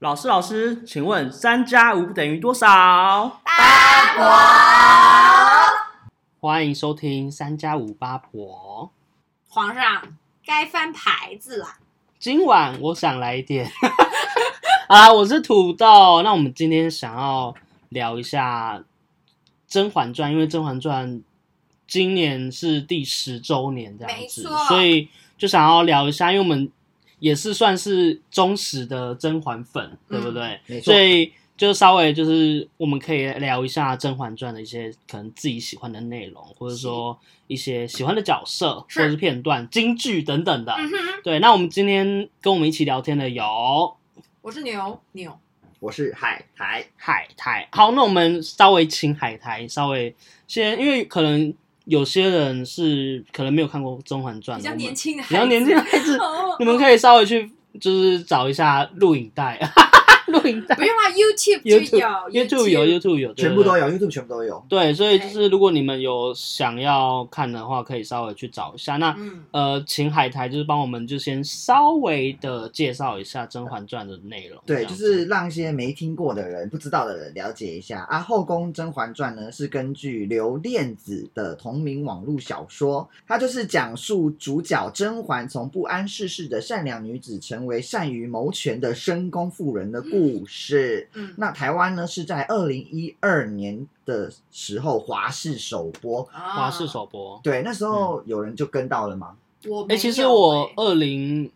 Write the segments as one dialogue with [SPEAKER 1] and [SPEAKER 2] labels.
[SPEAKER 1] 老师，老师，请问三加五等于多少？
[SPEAKER 2] 八婆，
[SPEAKER 1] 欢迎收听《三加五八婆》。
[SPEAKER 2] 皇上该翻牌子啦。
[SPEAKER 1] 今晚我想来一点， 啊，我是土豆。那我们今天想要聊一下《甄嬛传》，因为《甄嬛传》今年是第十周年这样子
[SPEAKER 2] 没错，
[SPEAKER 1] 所以就想要聊一下，因为我们也是算是忠实的甄嬛粉，
[SPEAKER 2] 嗯
[SPEAKER 1] 对不对？
[SPEAKER 3] 没错
[SPEAKER 1] 所，以就稍微就是我们可以聊一下《甄嬛传》的一些可能自己喜欢的内容，或者说一些喜欢的角色，
[SPEAKER 2] 是
[SPEAKER 1] 或者是片段、京剧等等的。
[SPEAKER 2] 嗯哼，
[SPEAKER 1] 对，那我们今天跟我们一起聊天的有
[SPEAKER 2] 我是牛牛，
[SPEAKER 3] 我是海苔，
[SPEAKER 1] 海苔。好，那我们稍微请海苔稍微先，因为可能有些人是可能没有看过《甄嬛传》
[SPEAKER 2] 比
[SPEAKER 1] 的，
[SPEAKER 2] 较
[SPEAKER 1] 我们
[SPEAKER 2] 年轻的孩子，
[SPEAKER 1] 比较年轻的孩子，
[SPEAKER 2] 哦，
[SPEAKER 1] 你们可以稍微去就是找一下录影带， 录影带
[SPEAKER 2] 不用啊，YouTube 就有
[SPEAKER 1] YouTube 有 YouTube 有，对
[SPEAKER 3] 全部
[SPEAKER 1] 对
[SPEAKER 3] 都有，YouTube 全部都有。
[SPEAKER 1] 对，所以就
[SPEAKER 2] 对
[SPEAKER 1] 是如果你们有想要看的话，可以稍微去找一下。那
[SPEAKER 2] 嗯，
[SPEAKER 1] 呃，请海苔就是帮我们就先稍微的介绍一下《甄嬛传》的内容。这
[SPEAKER 3] 对，
[SPEAKER 1] 样
[SPEAKER 3] 就
[SPEAKER 1] 子
[SPEAKER 3] 是让一些没听过的人、不知道的人了解一下啊。《后宫甄嬛传》呢是根据刘恋子的同名网络小说，它就是讲述主角甄嬛从不谙世事的善良女子，成为善于谋权的深宫妇人的故事。
[SPEAKER 2] 嗯，
[SPEAKER 3] 那台湾呢是在二零一二年的时候华视首播，
[SPEAKER 2] 华
[SPEAKER 1] 华视，首播。
[SPEAKER 3] 对，那时
[SPEAKER 1] 嗯
[SPEAKER 3] 候有人就跟到了吗？
[SPEAKER 2] 我没
[SPEAKER 1] 哎、
[SPEAKER 2] 有
[SPEAKER 1] 其实我
[SPEAKER 2] 欸
[SPEAKER 1] 二零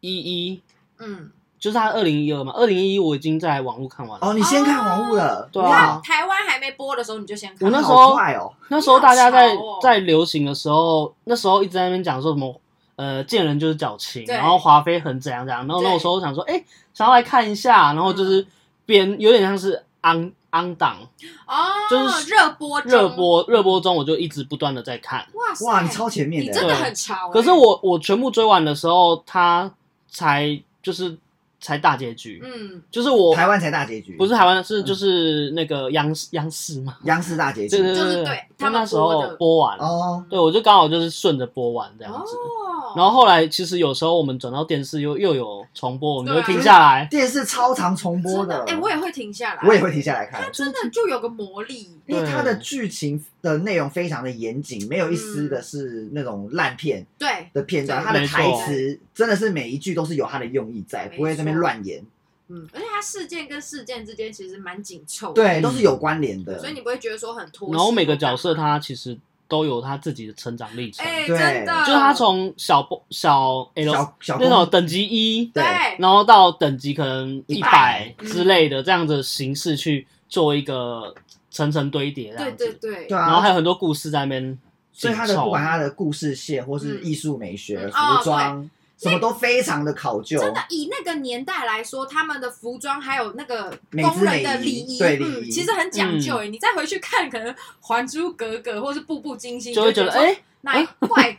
[SPEAKER 1] 一一，
[SPEAKER 2] 嗯，
[SPEAKER 1] 就是他二零一二嘛，二零一一我已经在网络看完了。
[SPEAKER 3] 哦，你先看网络了，
[SPEAKER 1] 对
[SPEAKER 2] 你
[SPEAKER 1] 啊
[SPEAKER 2] 看台湾还没播的时候你就先看，
[SPEAKER 1] 我那时候
[SPEAKER 3] 好快哦，
[SPEAKER 1] 那时候大家在、
[SPEAKER 2] 你好潮哦
[SPEAKER 1] 在流行的时候，那时候一直在那边讲说什么。呃，见人就是矫情，
[SPEAKER 2] 对
[SPEAKER 1] 然后华妃很怎样怎样，然后
[SPEAKER 2] 对嗯
[SPEAKER 1] 那时候想说，哎、想要来看一下，然后就是边有点像是昂昂档
[SPEAKER 2] 哦，
[SPEAKER 1] 就是
[SPEAKER 2] 热播中哦
[SPEAKER 1] 热，播热播中，我就一直不断的在看。
[SPEAKER 2] 哇塞
[SPEAKER 3] 哇，你超前面
[SPEAKER 2] 你
[SPEAKER 3] 的，
[SPEAKER 2] 真的
[SPEAKER 1] 对
[SPEAKER 2] 很潮欸，
[SPEAKER 1] 可是我我全部追完的时候，它才就是才大结局，
[SPEAKER 2] 嗯，
[SPEAKER 1] 就是我
[SPEAKER 3] 哦台湾才大结局，
[SPEAKER 1] 不是台湾是
[SPEAKER 3] 嗯
[SPEAKER 1] 就是那个央视央视嘛，
[SPEAKER 3] 央视大结局
[SPEAKER 1] 对对
[SPEAKER 2] 就是
[SPEAKER 1] 对
[SPEAKER 2] 对他
[SPEAKER 1] 那
[SPEAKER 2] 们
[SPEAKER 1] 那时
[SPEAKER 2] 播
[SPEAKER 1] 候
[SPEAKER 2] 的
[SPEAKER 1] 播完，
[SPEAKER 3] 哦，
[SPEAKER 1] 对我就刚好就是顺着播完这样子。
[SPEAKER 2] 哦，
[SPEAKER 1] 然后后来其实有时候我们转到电视又又有重播，我们就会
[SPEAKER 2] 对啊
[SPEAKER 1] 停下来。
[SPEAKER 3] 电视超常重播
[SPEAKER 2] 真的，哎，我也会停下来，
[SPEAKER 3] 我也会停下来看
[SPEAKER 2] 它，真的就有个魔力，
[SPEAKER 3] 因为它
[SPEAKER 1] 对
[SPEAKER 3] 的剧情的内容非常的严谨，没有一丝
[SPEAKER 2] 嗯
[SPEAKER 3] 的是那种烂片
[SPEAKER 2] 对，
[SPEAKER 3] 的片段，
[SPEAKER 2] 对
[SPEAKER 3] 它的
[SPEAKER 1] 没错
[SPEAKER 3] 台词真的是每一句都是有它的用意在，
[SPEAKER 2] 没错
[SPEAKER 3] 不会这边乱演，
[SPEAKER 2] 嗯，而且它事件跟事件之间其实蛮紧凑，
[SPEAKER 3] 对，都是有关联的
[SPEAKER 2] 所以，你不会觉得说很拖戏。
[SPEAKER 1] 然后每个角色他其实都有他自己的成长历程，
[SPEAKER 2] 哎，
[SPEAKER 3] 对
[SPEAKER 2] 真的，
[SPEAKER 1] 就是他从小小 L
[SPEAKER 3] 小小
[SPEAKER 1] 哎那种
[SPEAKER 3] 公
[SPEAKER 1] 等级一，
[SPEAKER 3] 对
[SPEAKER 2] 对
[SPEAKER 1] 然后到等级可能一百
[SPEAKER 3] 100
[SPEAKER 1] 之类的这样的形式去做一个层层堆叠这
[SPEAKER 2] 对
[SPEAKER 1] 样
[SPEAKER 2] 对
[SPEAKER 1] 子，
[SPEAKER 2] 对
[SPEAKER 3] 对，
[SPEAKER 1] 然后还
[SPEAKER 3] 啊，
[SPEAKER 1] 有很多故事在那边紧凑，
[SPEAKER 3] 所以它的不管它的故事线或是
[SPEAKER 2] 嗯
[SPEAKER 3] 艺术美学、
[SPEAKER 2] 嗯哦
[SPEAKER 3] 服装，什么都非常的考究，
[SPEAKER 2] 真的以那个年代来说，他们的服装还有那个
[SPEAKER 3] 美
[SPEAKER 2] 工
[SPEAKER 3] 姿
[SPEAKER 2] 人
[SPEAKER 3] 美
[SPEAKER 2] 的礼
[SPEAKER 3] 仪
[SPEAKER 2] 仪，
[SPEAKER 3] 对
[SPEAKER 2] 嗯，
[SPEAKER 3] 礼仪
[SPEAKER 2] 其实很讲
[SPEAKER 1] 嗯
[SPEAKER 2] 究诶。欸你再回去看，可能《还珠格格》或是《步步惊心》，
[SPEAKER 1] 就会觉得
[SPEAKER 2] 说
[SPEAKER 1] 哎
[SPEAKER 2] 哪里怪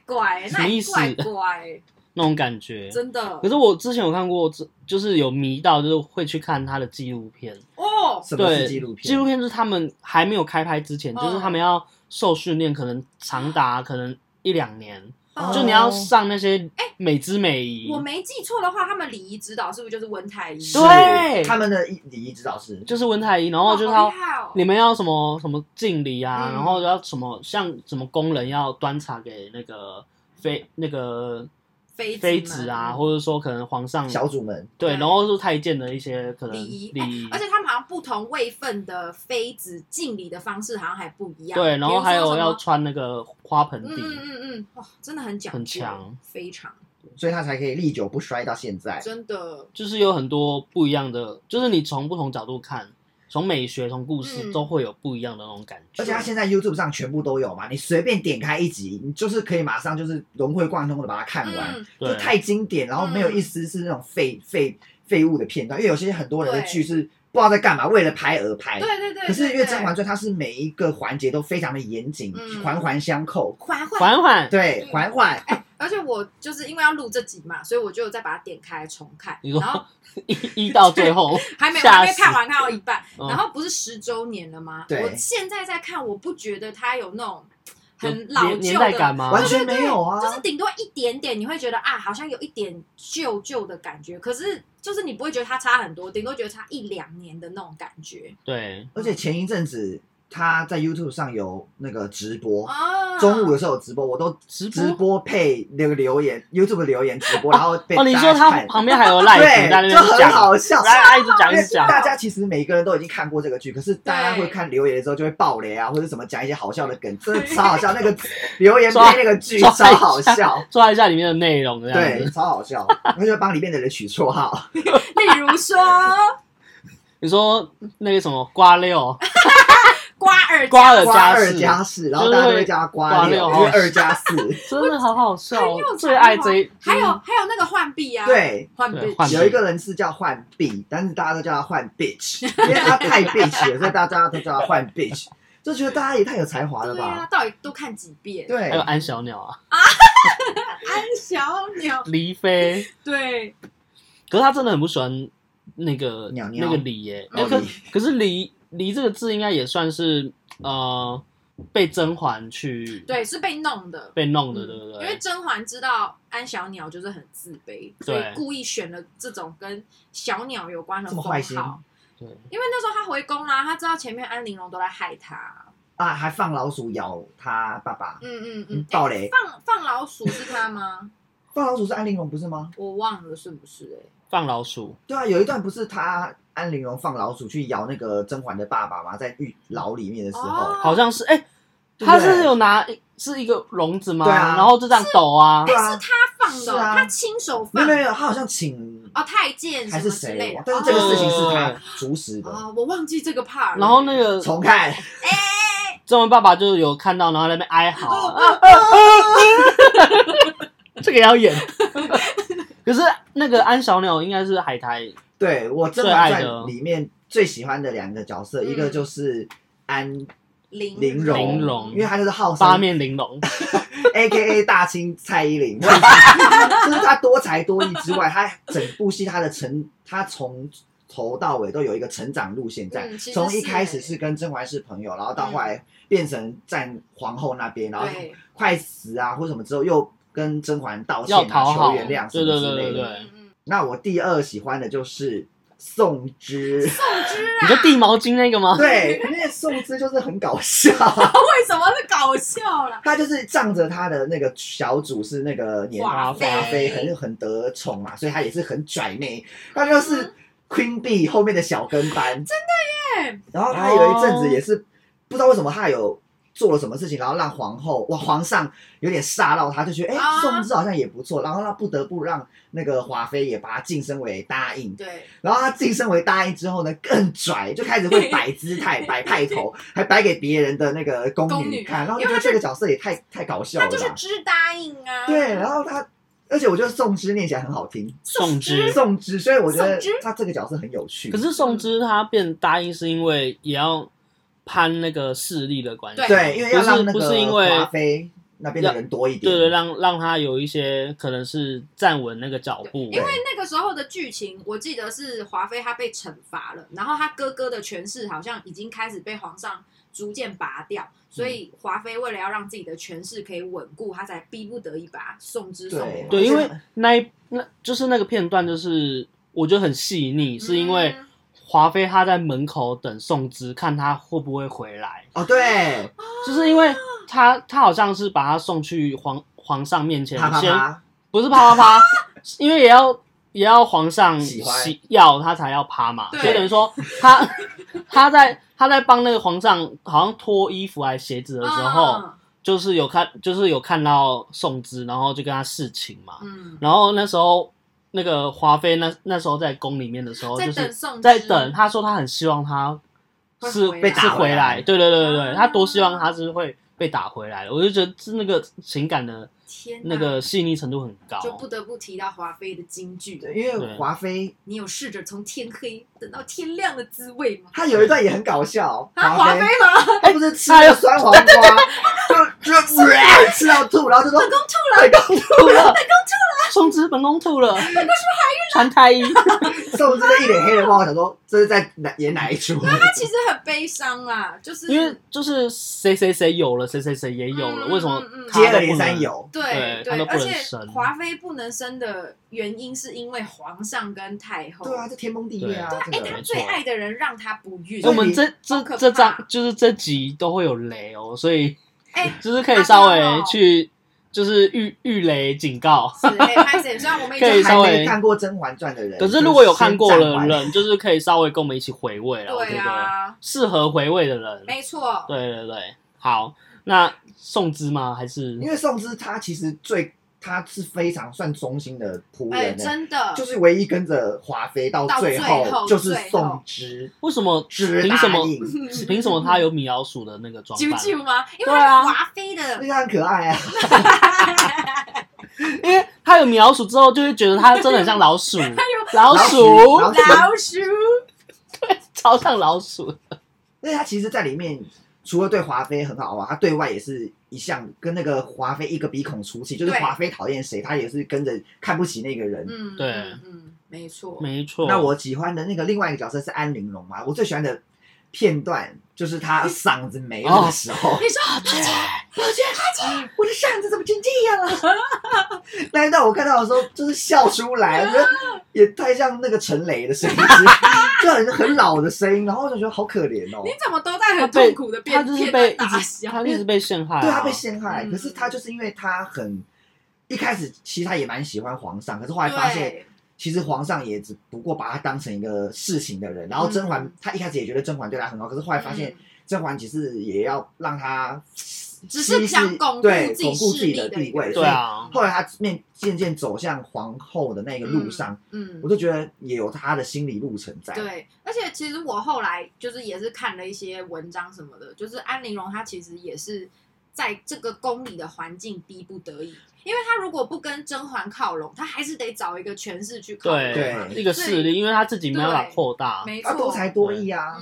[SPEAKER 2] 怪，
[SPEAKER 1] 什么
[SPEAKER 2] 哪里
[SPEAKER 1] 意思
[SPEAKER 2] 怪怪，
[SPEAKER 1] 那种感觉。
[SPEAKER 2] 真的
[SPEAKER 1] 可是我之前有看过，这就是有迷到，就是会去看他的纪录片。
[SPEAKER 2] 哦，
[SPEAKER 3] 什么
[SPEAKER 1] 对，
[SPEAKER 3] 是纪录片？
[SPEAKER 1] 纪录片就是他们还没有开拍之前，
[SPEAKER 2] 嗯
[SPEAKER 1] 就是他们要受训练，可能长 达可能一两年，
[SPEAKER 2] 哦
[SPEAKER 1] 就你要上那些美姿美仪。
[SPEAKER 2] 我没记错的话，他们礼仪指导是不是就是温太医？
[SPEAKER 3] 是
[SPEAKER 1] 对
[SPEAKER 3] 他们的礼仪指导师，
[SPEAKER 1] 就是温太医，然后就是
[SPEAKER 2] 哇好
[SPEAKER 1] 他
[SPEAKER 2] 厉害哦
[SPEAKER 1] 你们要什么什么敬礼啊，
[SPEAKER 2] 嗯
[SPEAKER 1] 然后要什么像什么工人要端茶给那个妃那个
[SPEAKER 2] 妃
[SPEAKER 1] 妃
[SPEAKER 2] 子嗯
[SPEAKER 1] 子
[SPEAKER 2] 们
[SPEAKER 1] 啊，或者说可能皇上
[SPEAKER 3] 小主们，
[SPEAKER 1] 对，
[SPEAKER 2] 对
[SPEAKER 1] 然后是太监的一些可能
[SPEAKER 2] 礼仪哎
[SPEAKER 1] 礼仪，
[SPEAKER 2] 而且他们好像不同位份的妃子敬礼的方式好像还不一样。
[SPEAKER 1] 对，然后还有要
[SPEAKER 2] 比
[SPEAKER 1] 穿那个花盆
[SPEAKER 2] 如
[SPEAKER 1] 底
[SPEAKER 2] 说什么，嗯嗯嗯嗯，哇，真的很讲究，
[SPEAKER 1] 很强，哎
[SPEAKER 2] 非常
[SPEAKER 3] 所以他才可以历久不衰到现在。
[SPEAKER 2] 真的。
[SPEAKER 1] 就是有很多不一样的，就是你从不同角度看，从美学、从故事
[SPEAKER 2] 嗯
[SPEAKER 1] 都会有不一样的那种感觉。
[SPEAKER 3] 而且他现在 YouTube 上全部都有嘛，你随便点开一集，你就是可以马上就是融会贯通的把它看完，
[SPEAKER 2] 嗯，
[SPEAKER 1] 对
[SPEAKER 3] 就太经典，然后没有一丝是那种废废废物的片段，因为有些很多人的
[SPEAKER 2] 对
[SPEAKER 3] 剧是不知道在干嘛，为了拍而拍。
[SPEAKER 2] 对对对。
[SPEAKER 3] 可是因
[SPEAKER 2] 对
[SPEAKER 3] 为《甄嬛传》，它是每一个环节都非常的严谨，
[SPEAKER 2] 嗯
[SPEAKER 3] 环环相扣。
[SPEAKER 2] 缓缓，
[SPEAKER 1] 缓缓，
[SPEAKER 3] 对，
[SPEAKER 2] 嗯
[SPEAKER 3] 环环
[SPEAKER 2] 而且我就是因为要录这集嘛，所以我就再把它点开重看，
[SPEAKER 1] 你说
[SPEAKER 2] 然后
[SPEAKER 1] 一一到最后，
[SPEAKER 2] 还没 我
[SPEAKER 1] 吓
[SPEAKER 2] 还没
[SPEAKER 1] 死
[SPEAKER 2] 看完，看到一半，
[SPEAKER 1] 嗯
[SPEAKER 2] 然后不是十周年了吗？
[SPEAKER 3] 对
[SPEAKER 2] 我现在在看，我不觉得它有那种 很老
[SPEAKER 1] 年年
[SPEAKER 2] 旧
[SPEAKER 1] 代感
[SPEAKER 2] 的。
[SPEAKER 1] 吗？
[SPEAKER 3] 完全没有啊
[SPEAKER 2] 就是顶多一点点，你会觉得啊，好像有一点旧旧的感觉，可是就是你不会觉得它差很多，顶多觉得差一两年的那种感觉
[SPEAKER 1] 对，
[SPEAKER 3] 而且前一阵子他在 YouTube 上有那个直播，
[SPEAKER 2] 啊。
[SPEAKER 3] 哦中午的时候有直播，我都
[SPEAKER 1] 直播
[SPEAKER 3] 直播配那个留言，YouTube 留言直播，然后被
[SPEAKER 1] 哦，你说
[SPEAKER 3] 大家
[SPEAKER 1] 他
[SPEAKER 3] 看
[SPEAKER 1] 旁边还有赖
[SPEAKER 3] 对
[SPEAKER 1] 子在那
[SPEAKER 3] 就
[SPEAKER 1] 边
[SPEAKER 3] 很
[SPEAKER 1] 讲，
[SPEAKER 3] 好笑。
[SPEAKER 1] 来来一直讲一
[SPEAKER 3] 因为
[SPEAKER 1] 直讲，
[SPEAKER 3] 大家其实每个人都已经看过这个剧，可是大家
[SPEAKER 2] 对
[SPEAKER 3] 会看留言的时候就会爆雷啊，或者什么讲一些好笑的梗，真的超好笑。那个 留言配
[SPEAKER 1] 抓
[SPEAKER 3] 那个剧
[SPEAKER 1] 抓
[SPEAKER 3] 超
[SPEAKER 1] 一下
[SPEAKER 3] 好笑，
[SPEAKER 1] 抓一下里面的内容这样
[SPEAKER 3] 对
[SPEAKER 1] 子。，
[SPEAKER 3] 超好笑。我就帮里面的人取 绰号，
[SPEAKER 2] 例如 说
[SPEAKER 1] 你说那个什么瓜六，
[SPEAKER 2] 瓜尔
[SPEAKER 1] 瓜
[SPEAKER 2] 佳
[SPEAKER 1] 尔
[SPEAKER 3] 瓜
[SPEAKER 1] 加
[SPEAKER 3] 二
[SPEAKER 1] 四，
[SPEAKER 3] 加四，然后大家都会叫他瓜
[SPEAKER 1] 瓜
[SPEAKER 3] 六，
[SPEAKER 1] 六
[SPEAKER 3] 因为二加四。
[SPEAKER 1] 真的好好
[SPEAKER 2] 很
[SPEAKER 1] 笑
[SPEAKER 2] 有才华，
[SPEAKER 1] 我最爱这一
[SPEAKER 2] 还有还有那个浣碧啊，，
[SPEAKER 3] 嗯对，
[SPEAKER 2] 浣碧
[SPEAKER 1] 对浣碧
[SPEAKER 3] 有一个人是叫换 B，但是大家都叫他换 bitch，因为他太 bitch 了，所以大家都叫他换 bitch，就觉得大家也太有才华了
[SPEAKER 2] 对啊
[SPEAKER 3] 吧？，
[SPEAKER 2] 到底都看几遍？
[SPEAKER 3] 对
[SPEAKER 1] 还有安小鸟啊，
[SPEAKER 2] 安小鸟，
[SPEAKER 1] 黎飞，
[SPEAKER 2] 对，
[SPEAKER 1] 可是他真的很不喜欢那个
[SPEAKER 3] 鸟鸟
[SPEAKER 1] 那个李耶、
[SPEAKER 2] 哦
[SPEAKER 1] 可
[SPEAKER 3] 李
[SPEAKER 1] 可是李李这个字应该也算是呃被甄嬛去
[SPEAKER 2] 对，是被弄的，
[SPEAKER 1] 被弄的，
[SPEAKER 2] 嗯
[SPEAKER 1] 对不
[SPEAKER 2] 因为
[SPEAKER 1] 对？
[SPEAKER 2] 甄嬛知道安小鸟就是很自卑，所以故意选了这种跟小鸟有关的
[SPEAKER 3] 这
[SPEAKER 2] 封
[SPEAKER 3] 么
[SPEAKER 2] 号。
[SPEAKER 3] 坏心
[SPEAKER 1] 对
[SPEAKER 2] 因为那时候他回宫啦、他知道前面安陵容都在害他。
[SPEAKER 3] 啊，还放老鼠咬他爸爸，
[SPEAKER 2] 嗯嗯
[SPEAKER 3] 嗯
[SPEAKER 2] 嗯，
[SPEAKER 3] 暴雷
[SPEAKER 2] 诶放放老鼠是他吗？
[SPEAKER 3] 放老鼠是安陵容不是吗？
[SPEAKER 2] 我忘了是不是、欸？
[SPEAKER 1] 放老鼠，
[SPEAKER 3] 对啊，有一段不是他安陵容放老鼠去咬那个甄嬛的爸爸吗？在狱牢里面的时候，
[SPEAKER 2] 哦
[SPEAKER 1] 好像是哎、
[SPEAKER 3] 对不对
[SPEAKER 1] 他是有拿是一个笼子吗？
[SPEAKER 3] 对啊
[SPEAKER 1] 然后就这样抖啊
[SPEAKER 3] 对，啊
[SPEAKER 2] 是他放的哦，
[SPEAKER 3] 是啊
[SPEAKER 2] 他亲手放
[SPEAKER 3] 没有没有没有，他好像请
[SPEAKER 2] 哦，太监
[SPEAKER 3] 还
[SPEAKER 2] 什
[SPEAKER 3] 是
[SPEAKER 2] 么之类
[SPEAKER 3] 谁
[SPEAKER 2] 的。，
[SPEAKER 3] 但是这个事情是
[SPEAKER 1] 哦
[SPEAKER 3] 他主使的。
[SPEAKER 2] 哦，我忘记这个 part 了。
[SPEAKER 1] 然后那个
[SPEAKER 3] 重看，
[SPEAKER 1] 甄嬛爸爸就有看到，然后在那边哀嚎
[SPEAKER 2] 哦
[SPEAKER 1] 啊，啊啊啊这个也要演。可是那个安小鸟应该是海苔
[SPEAKER 3] 对我《甄
[SPEAKER 1] 最
[SPEAKER 3] 嬛
[SPEAKER 1] 爱
[SPEAKER 3] 传
[SPEAKER 1] 的》
[SPEAKER 3] 里面最喜欢的两个角色，
[SPEAKER 2] 嗯
[SPEAKER 3] 一个就是安
[SPEAKER 2] 玲
[SPEAKER 3] 玲珑，
[SPEAKER 1] 玲珑
[SPEAKER 3] 因为她就是好
[SPEAKER 1] 八
[SPEAKER 3] 胜
[SPEAKER 1] 面玲珑，
[SPEAKER 3] ，A K A 大清蔡依林，就是 她多才多艺之外，她整部戏她的成，她从头到尾都有一个成长路线在
[SPEAKER 2] 嗯。其实
[SPEAKER 3] 从一
[SPEAKER 2] 是欸
[SPEAKER 3] 开始是跟甄嬛是朋友，然后到后来变成站皇后那边，然后
[SPEAKER 2] 对
[SPEAKER 3] 快死啊或什么之后又跟甄嬛道歉
[SPEAKER 1] 要
[SPEAKER 3] 啊，
[SPEAKER 1] 讨好，
[SPEAKER 3] 求
[SPEAKER 1] 对
[SPEAKER 3] 原谅
[SPEAKER 1] 对
[SPEAKER 3] 什么
[SPEAKER 1] 对
[SPEAKER 3] 之类
[SPEAKER 1] 对
[SPEAKER 3] 的。
[SPEAKER 1] 对
[SPEAKER 2] 嗯。嗯
[SPEAKER 3] 那我第二喜欢的就是宋芝，
[SPEAKER 2] 啊
[SPEAKER 1] 你说递毛巾那个吗？
[SPEAKER 3] 对，因为宋芝就是很搞笑，
[SPEAKER 2] 为什么是搞笑啦？
[SPEAKER 3] 他就是仗着他的那个小主是那个年
[SPEAKER 1] 华妃
[SPEAKER 3] 华妃很很得宠嘛，所以他也是很拽妹，他就是 Queen B 后面的小跟班，真的
[SPEAKER 2] 耶。
[SPEAKER 3] 然后他有一阵子也是、不知道为什么他有。做了什么事情，然后让皇后哇皇上有点煞到他，就觉得哎、
[SPEAKER 2] 啊
[SPEAKER 3] 宋芝好像也不错，然后他不得不让那个华妃也把他晋升为答应，
[SPEAKER 2] 对，
[SPEAKER 3] 然后他晋升为大一之后呢，更拽，就开始会摆 姿态、摆派头，还摆给别人的那个宫
[SPEAKER 2] 宫
[SPEAKER 3] 女
[SPEAKER 2] 女
[SPEAKER 3] 看，然后
[SPEAKER 2] 因
[SPEAKER 3] 就
[SPEAKER 2] 为
[SPEAKER 3] 觉得
[SPEAKER 2] 他
[SPEAKER 3] 这个角色也太太搞笑
[SPEAKER 2] 他
[SPEAKER 3] 了
[SPEAKER 2] 就是
[SPEAKER 3] 吧？
[SPEAKER 2] 知答应啊。
[SPEAKER 3] 对，然后他，而且我觉得宋芝念起来很好听，
[SPEAKER 1] 宋芝，
[SPEAKER 3] 宋芝，所以我觉得
[SPEAKER 2] 嗯宋芝
[SPEAKER 3] 他这个角色很有趣。
[SPEAKER 1] 可是
[SPEAKER 2] 嗯
[SPEAKER 1] 宋芝她变答应是因为也要攀那个势力的关系，
[SPEAKER 3] 对，因为要
[SPEAKER 1] 不是
[SPEAKER 3] 让那
[SPEAKER 1] 不是因
[SPEAKER 3] 个
[SPEAKER 1] 为
[SPEAKER 3] 华妃那边的人多一点，
[SPEAKER 1] 对对，让让她有一些可能是站稳那个脚步，欸
[SPEAKER 2] 因为那个时候的剧情，我记得是华妃她被惩罚了，然后她哥哥的权势好像已经开始被皇上逐渐拔掉，所以华妃为了要让自己的权势可以稳固，她才逼不得已把宋之送
[SPEAKER 3] 对
[SPEAKER 2] 回。
[SPEAKER 1] 对，因为
[SPEAKER 3] 嗯
[SPEAKER 1] 那一那就是那个片段，就是我觉得很细腻，是因为
[SPEAKER 2] 嗯
[SPEAKER 1] 华妃她在门口等宋芝，看她会不会回来，
[SPEAKER 3] 哦对，
[SPEAKER 1] 就是因为她她好像是把她送去皇皇上面前，
[SPEAKER 3] 啪啪
[SPEAKER 1] 先
[SPEAKER 3] 啪，
[SPEAKER 1] 不是啪啪 啪，因为也要也要皇上
[SPEAKER 3] 喜欢
[SPEAKER 1] 喜要他才要啪嘛，
[SPEAKER 2] 对
[SPEAKER 1] 所以等于说他 他在他在帮那个皇上好像脱衣服还是鞋子的时候，
[SPEAKER 2] 嗯
[SPEAKER 1] 就是有看就是有看到宋芝，然后就跟他侍寝嘛，
[SPEAKER 2] 嗯，
[SPEAKER 1] 然后那时候那个华妃那那时候在宫里面的时候，
[SPEAKER 2] 在
[SPEAKER 1] 哦就
[SPEAKER 2] 等
[SPEAKER 1] 是
[SPEAKER 2] 宋之，
[SPEAKER 1] 在等，他说他很希望他
[SPEAKER 2] 会
[SPEAKER 1] 是
[SPEAKER 2] 回来
[SPEAKER 1] 是回来，对对对对对，
[SPEAKER 2] 啊
[SPEAKER 1] 他多希望他是会被打回来的，我就觉得是那个情感的
[SPEAKER 2] 天哪
[SPEAKER 1] 那个细腻程度很高。
[SPEAKER 2] 嗯就不得不提到华妃的京剧了
[SPEAKER 3] 对，。因为
[SPEAKER 1] 对
[SPEAKER 3] 华妃
[SPEAKER 2] 你有试着从天黑等到天亮的滋味吗？
[SPEAKER 3] 她有一段也很搞笑，
[SPEAKER 2] 啊，华妃
[SPEAKER 3] 妃
[SPEAKER 2] 吗？
[SPEAKER 3] 她不是吃那个酸黄瓜，就就吃到吐，然后就说
[SPEAKER 2] 本宫吐了，
[SPEAKER 3] 对，刚
[SPEAKER 1] 吐 了，本宫吐了，松子本宫吐了，本宫是不是怀孕了？传太医，
[SPEAKER 3] 瘦子的一脸黑人话，我想说这是在哪演哪一 出？
[SPEAKER 2] 她其实很悲伤啦，就是
[SPEAKER 1] 因为就是谁谁谁有了，谁谁谁也有了，
[SPEAKER 2] 嗯
[SPEAKER 1] 为什么
[SPEAKER 2] 嗯嗯
[SPEAKER 1] 他
[SPEAKER 3] 接
[SPEAKER 1] 都
[SPEAKER 3] 了
[SPEAKER 1] 不
[SPEAKER 3] 连
[SPEAKER 1] 能
[SPEAKER 3] 三？友，
[SPEAKER 2] 对
[SPEAKER 1] 对她都不
[SPEAKER 2] 而
[SPEAKER 1] 能
[SPEAKER 2] 且
[SPEAKER 1] 生
[SPEAKER 2] 华妃不能生的原因是因为皇上跟太后，
[SPEAKER 3] 对啊，，这天崩地裂啊，这
[SPEAKER 2] 哎，她
[SPEAKER 3] 个
[SPEAKER 1] 没错
[SPEAKER 2] 最爱的人让她不孕，
[SPEAKER 1] 所以我们这
[SPEAKER 2] 好
[SPEAKER 1] 这
[SPEAKER 2] 可怕
[SPEAKER 1] 这张就是这集都会有雷哦，所以
[SPEAKER 2] 哎
[SPEAKER 1] 就是可以稍
[SPEAKER 2] 好
[SPEAKER 1] 微
[SPEAKER 2] 不好
[SPEAKER 1] 去就是预预雷警告。
[SPEAKER 2] 是哎拍谁？虽然我们已
[SPEAKER 1] 可以
[SPEAKER 2] 经
[SPEAKER 1] 稍
[SPEAKER 3] 还
[SPEAKER 1] 微
[SPEAKER 3] 没看过《甄嬛传》的人，
[SPEAKER 1] 可是如果有看过
[SPEAKER 3] 嗯就先
[SPEAKER 1] 的
[SPEAKER 3] 暂缓，
[SPEAKER 1] 人，就是可以稍微跟我们一起回味了。我觉
[SPEAKER 2] 对
[SPEAKER 1] 得
[SPEAKER 2] 啊，
[SPEAKER 1] 适合回味的人，
[SPEAKER 2] 没错，
[SPEAKER 1] 对对对，好，那宋之吗？还是
[SPEAKER 3] 因为宋芝她其实最她是非常算忠心的仆
[SPEAKER 2] 哎，
[SPEAKER 3] 人的，
[SPEAKER 2] 真的
[SPEAKER 3] 就是唯一跟着华妃到
[SPEAKER 2] 到
[SPEAKER 3] 最
[SPEAKER 2] 最
[SPEAKER 3] 后
[SPEAKER 2] 后
[SPEAKER 3] 就是
[SPEAKER 2] 最后
[SPEAKER 3] 宋芝，
[SPEAKER 1] 为什么
[SPEAKER 3] 直
[SPEAKER 1] 凭什
[SPEAKER 3] 达
[SPEAKER 1] 么
[SPEAKER 3] 影，
[SPEAKER 1] 凭什么他有米老鼠的那个装
[SPEAKER 2] 嗯啾
[SPEAKER 1] 扮？
[SPEAKER 2] 啾吗？因为
[SPEAKER 1] 对啊
[SPEAKER 2] 华妃的
[SPEAKER 3] 那个很可爱啊，
[SPEAKER 1] 因为他有米老鼠之后，就会觉得他真的很像老 鼠，老
[SPEAKER 3] 鼠老
[SPEAKER 1] 鼠
[SPEAKER 3] 鼠
[SPEAKER 2] 老鼠，
[SPEAKER 1] 超像老鼠。
[SPEAKER 3] 因为她其实，在里面除了对华妃很好啊，她对外也是一向跟那个华妃一个鼻孔出气，就是
[SPEAKER 2] 对
[SPEAKER 3] 华妃讨厌谁，她也是跟着看不起那个人。
[SPEAKER 2] 嗯，
[SPEAKER 1] 对
[SPEAKER 2] 嗯，嗯没错，
[SPEAKER 1] 没错，
[SPEAKER 3] 那我喜欢的那个另外一个角色是安陵容嘛，我最喜欢的片段就是 她嗓子没了的时候，
[SPEAKER 2] 你说姐
[SPEAKER 3] 我觉得我的嗓子怎么成这样了？ 那一段我看到的时候就是笑出来，我觉得也太像那个陈雷的声 音，就很很老的声音，然后我就觉得好可怜哦
[SPEAKER 2] 你。怎么都在
[SPEAKER 1] 他
[SPEAKER 2] 很
[SPEAKER 1] 被
[SPEAKER 2] 痛苦的
[SPEAKER 1] 他
[SPEAKER 2] 变
[SPEAKER 1] 就是
[SPEAKER 2] 变
[SPEAKER 1] 被
[SPEAKER 2] 段
[SPEAKER 1] 一
[SPEAKER 2] 大
[SPEAKER 1] 直
[SPEAKER 2] 笑
[SPEAKER 1] 他？一直被陷害、啊，
[SPEAKER 3] 对他被陷害，
[SPEAKER 2] 嗯
[SPEAKER 3] 可是他就是因为他很一开始其实他也蛮喜欢皇上，可是后来发现
[SPEAKER 2] 对，
[SPEAKER 3] 其实皇上也只不过把他当成一个事情的人。然后甄嬛
[SPEAKER 2] 嗯
[SPEAKER 3] 他一开始也觉得甄嬛对他很好，可是后来发现
[SPEAKER 2] 嗯
[SPEAKER 3] 甄嬛其实也要让他
[SPEAKER 2] 只是想巩固
[SPEAKER 3] 对
[SPEAKER 2] 自己
[SPEAKER 3] 巩固自己
[SPEAKER 2] 势力的
[SPEAKER 3] 地
[SPEAKER 2] 一个
[SPEAKER 3] 位，
[SPEAKER 1] 对啊
[SPEAKER 3] 后来他面渐渐走向皇后的那个路上，
[SPEAKER 2] 嗯
[SPEAKER 3] 我，就觉得也有他的心理路程在。，
[SPEAKER 2] 对，而且其实我后来就是也是看了一些文章什么的，就是安陵容她其实也是在这个宫里的环境逼不得已，因为她如果不跟甄嬛靠拢，她还是得找一个权势去靠拢嘛，
[SPEAKER 1] 对一个势力，因为他自己没办法扩大，
[SPEAKER 2] 没错
[SPEAKER 3] 他，啊多才多艺啊，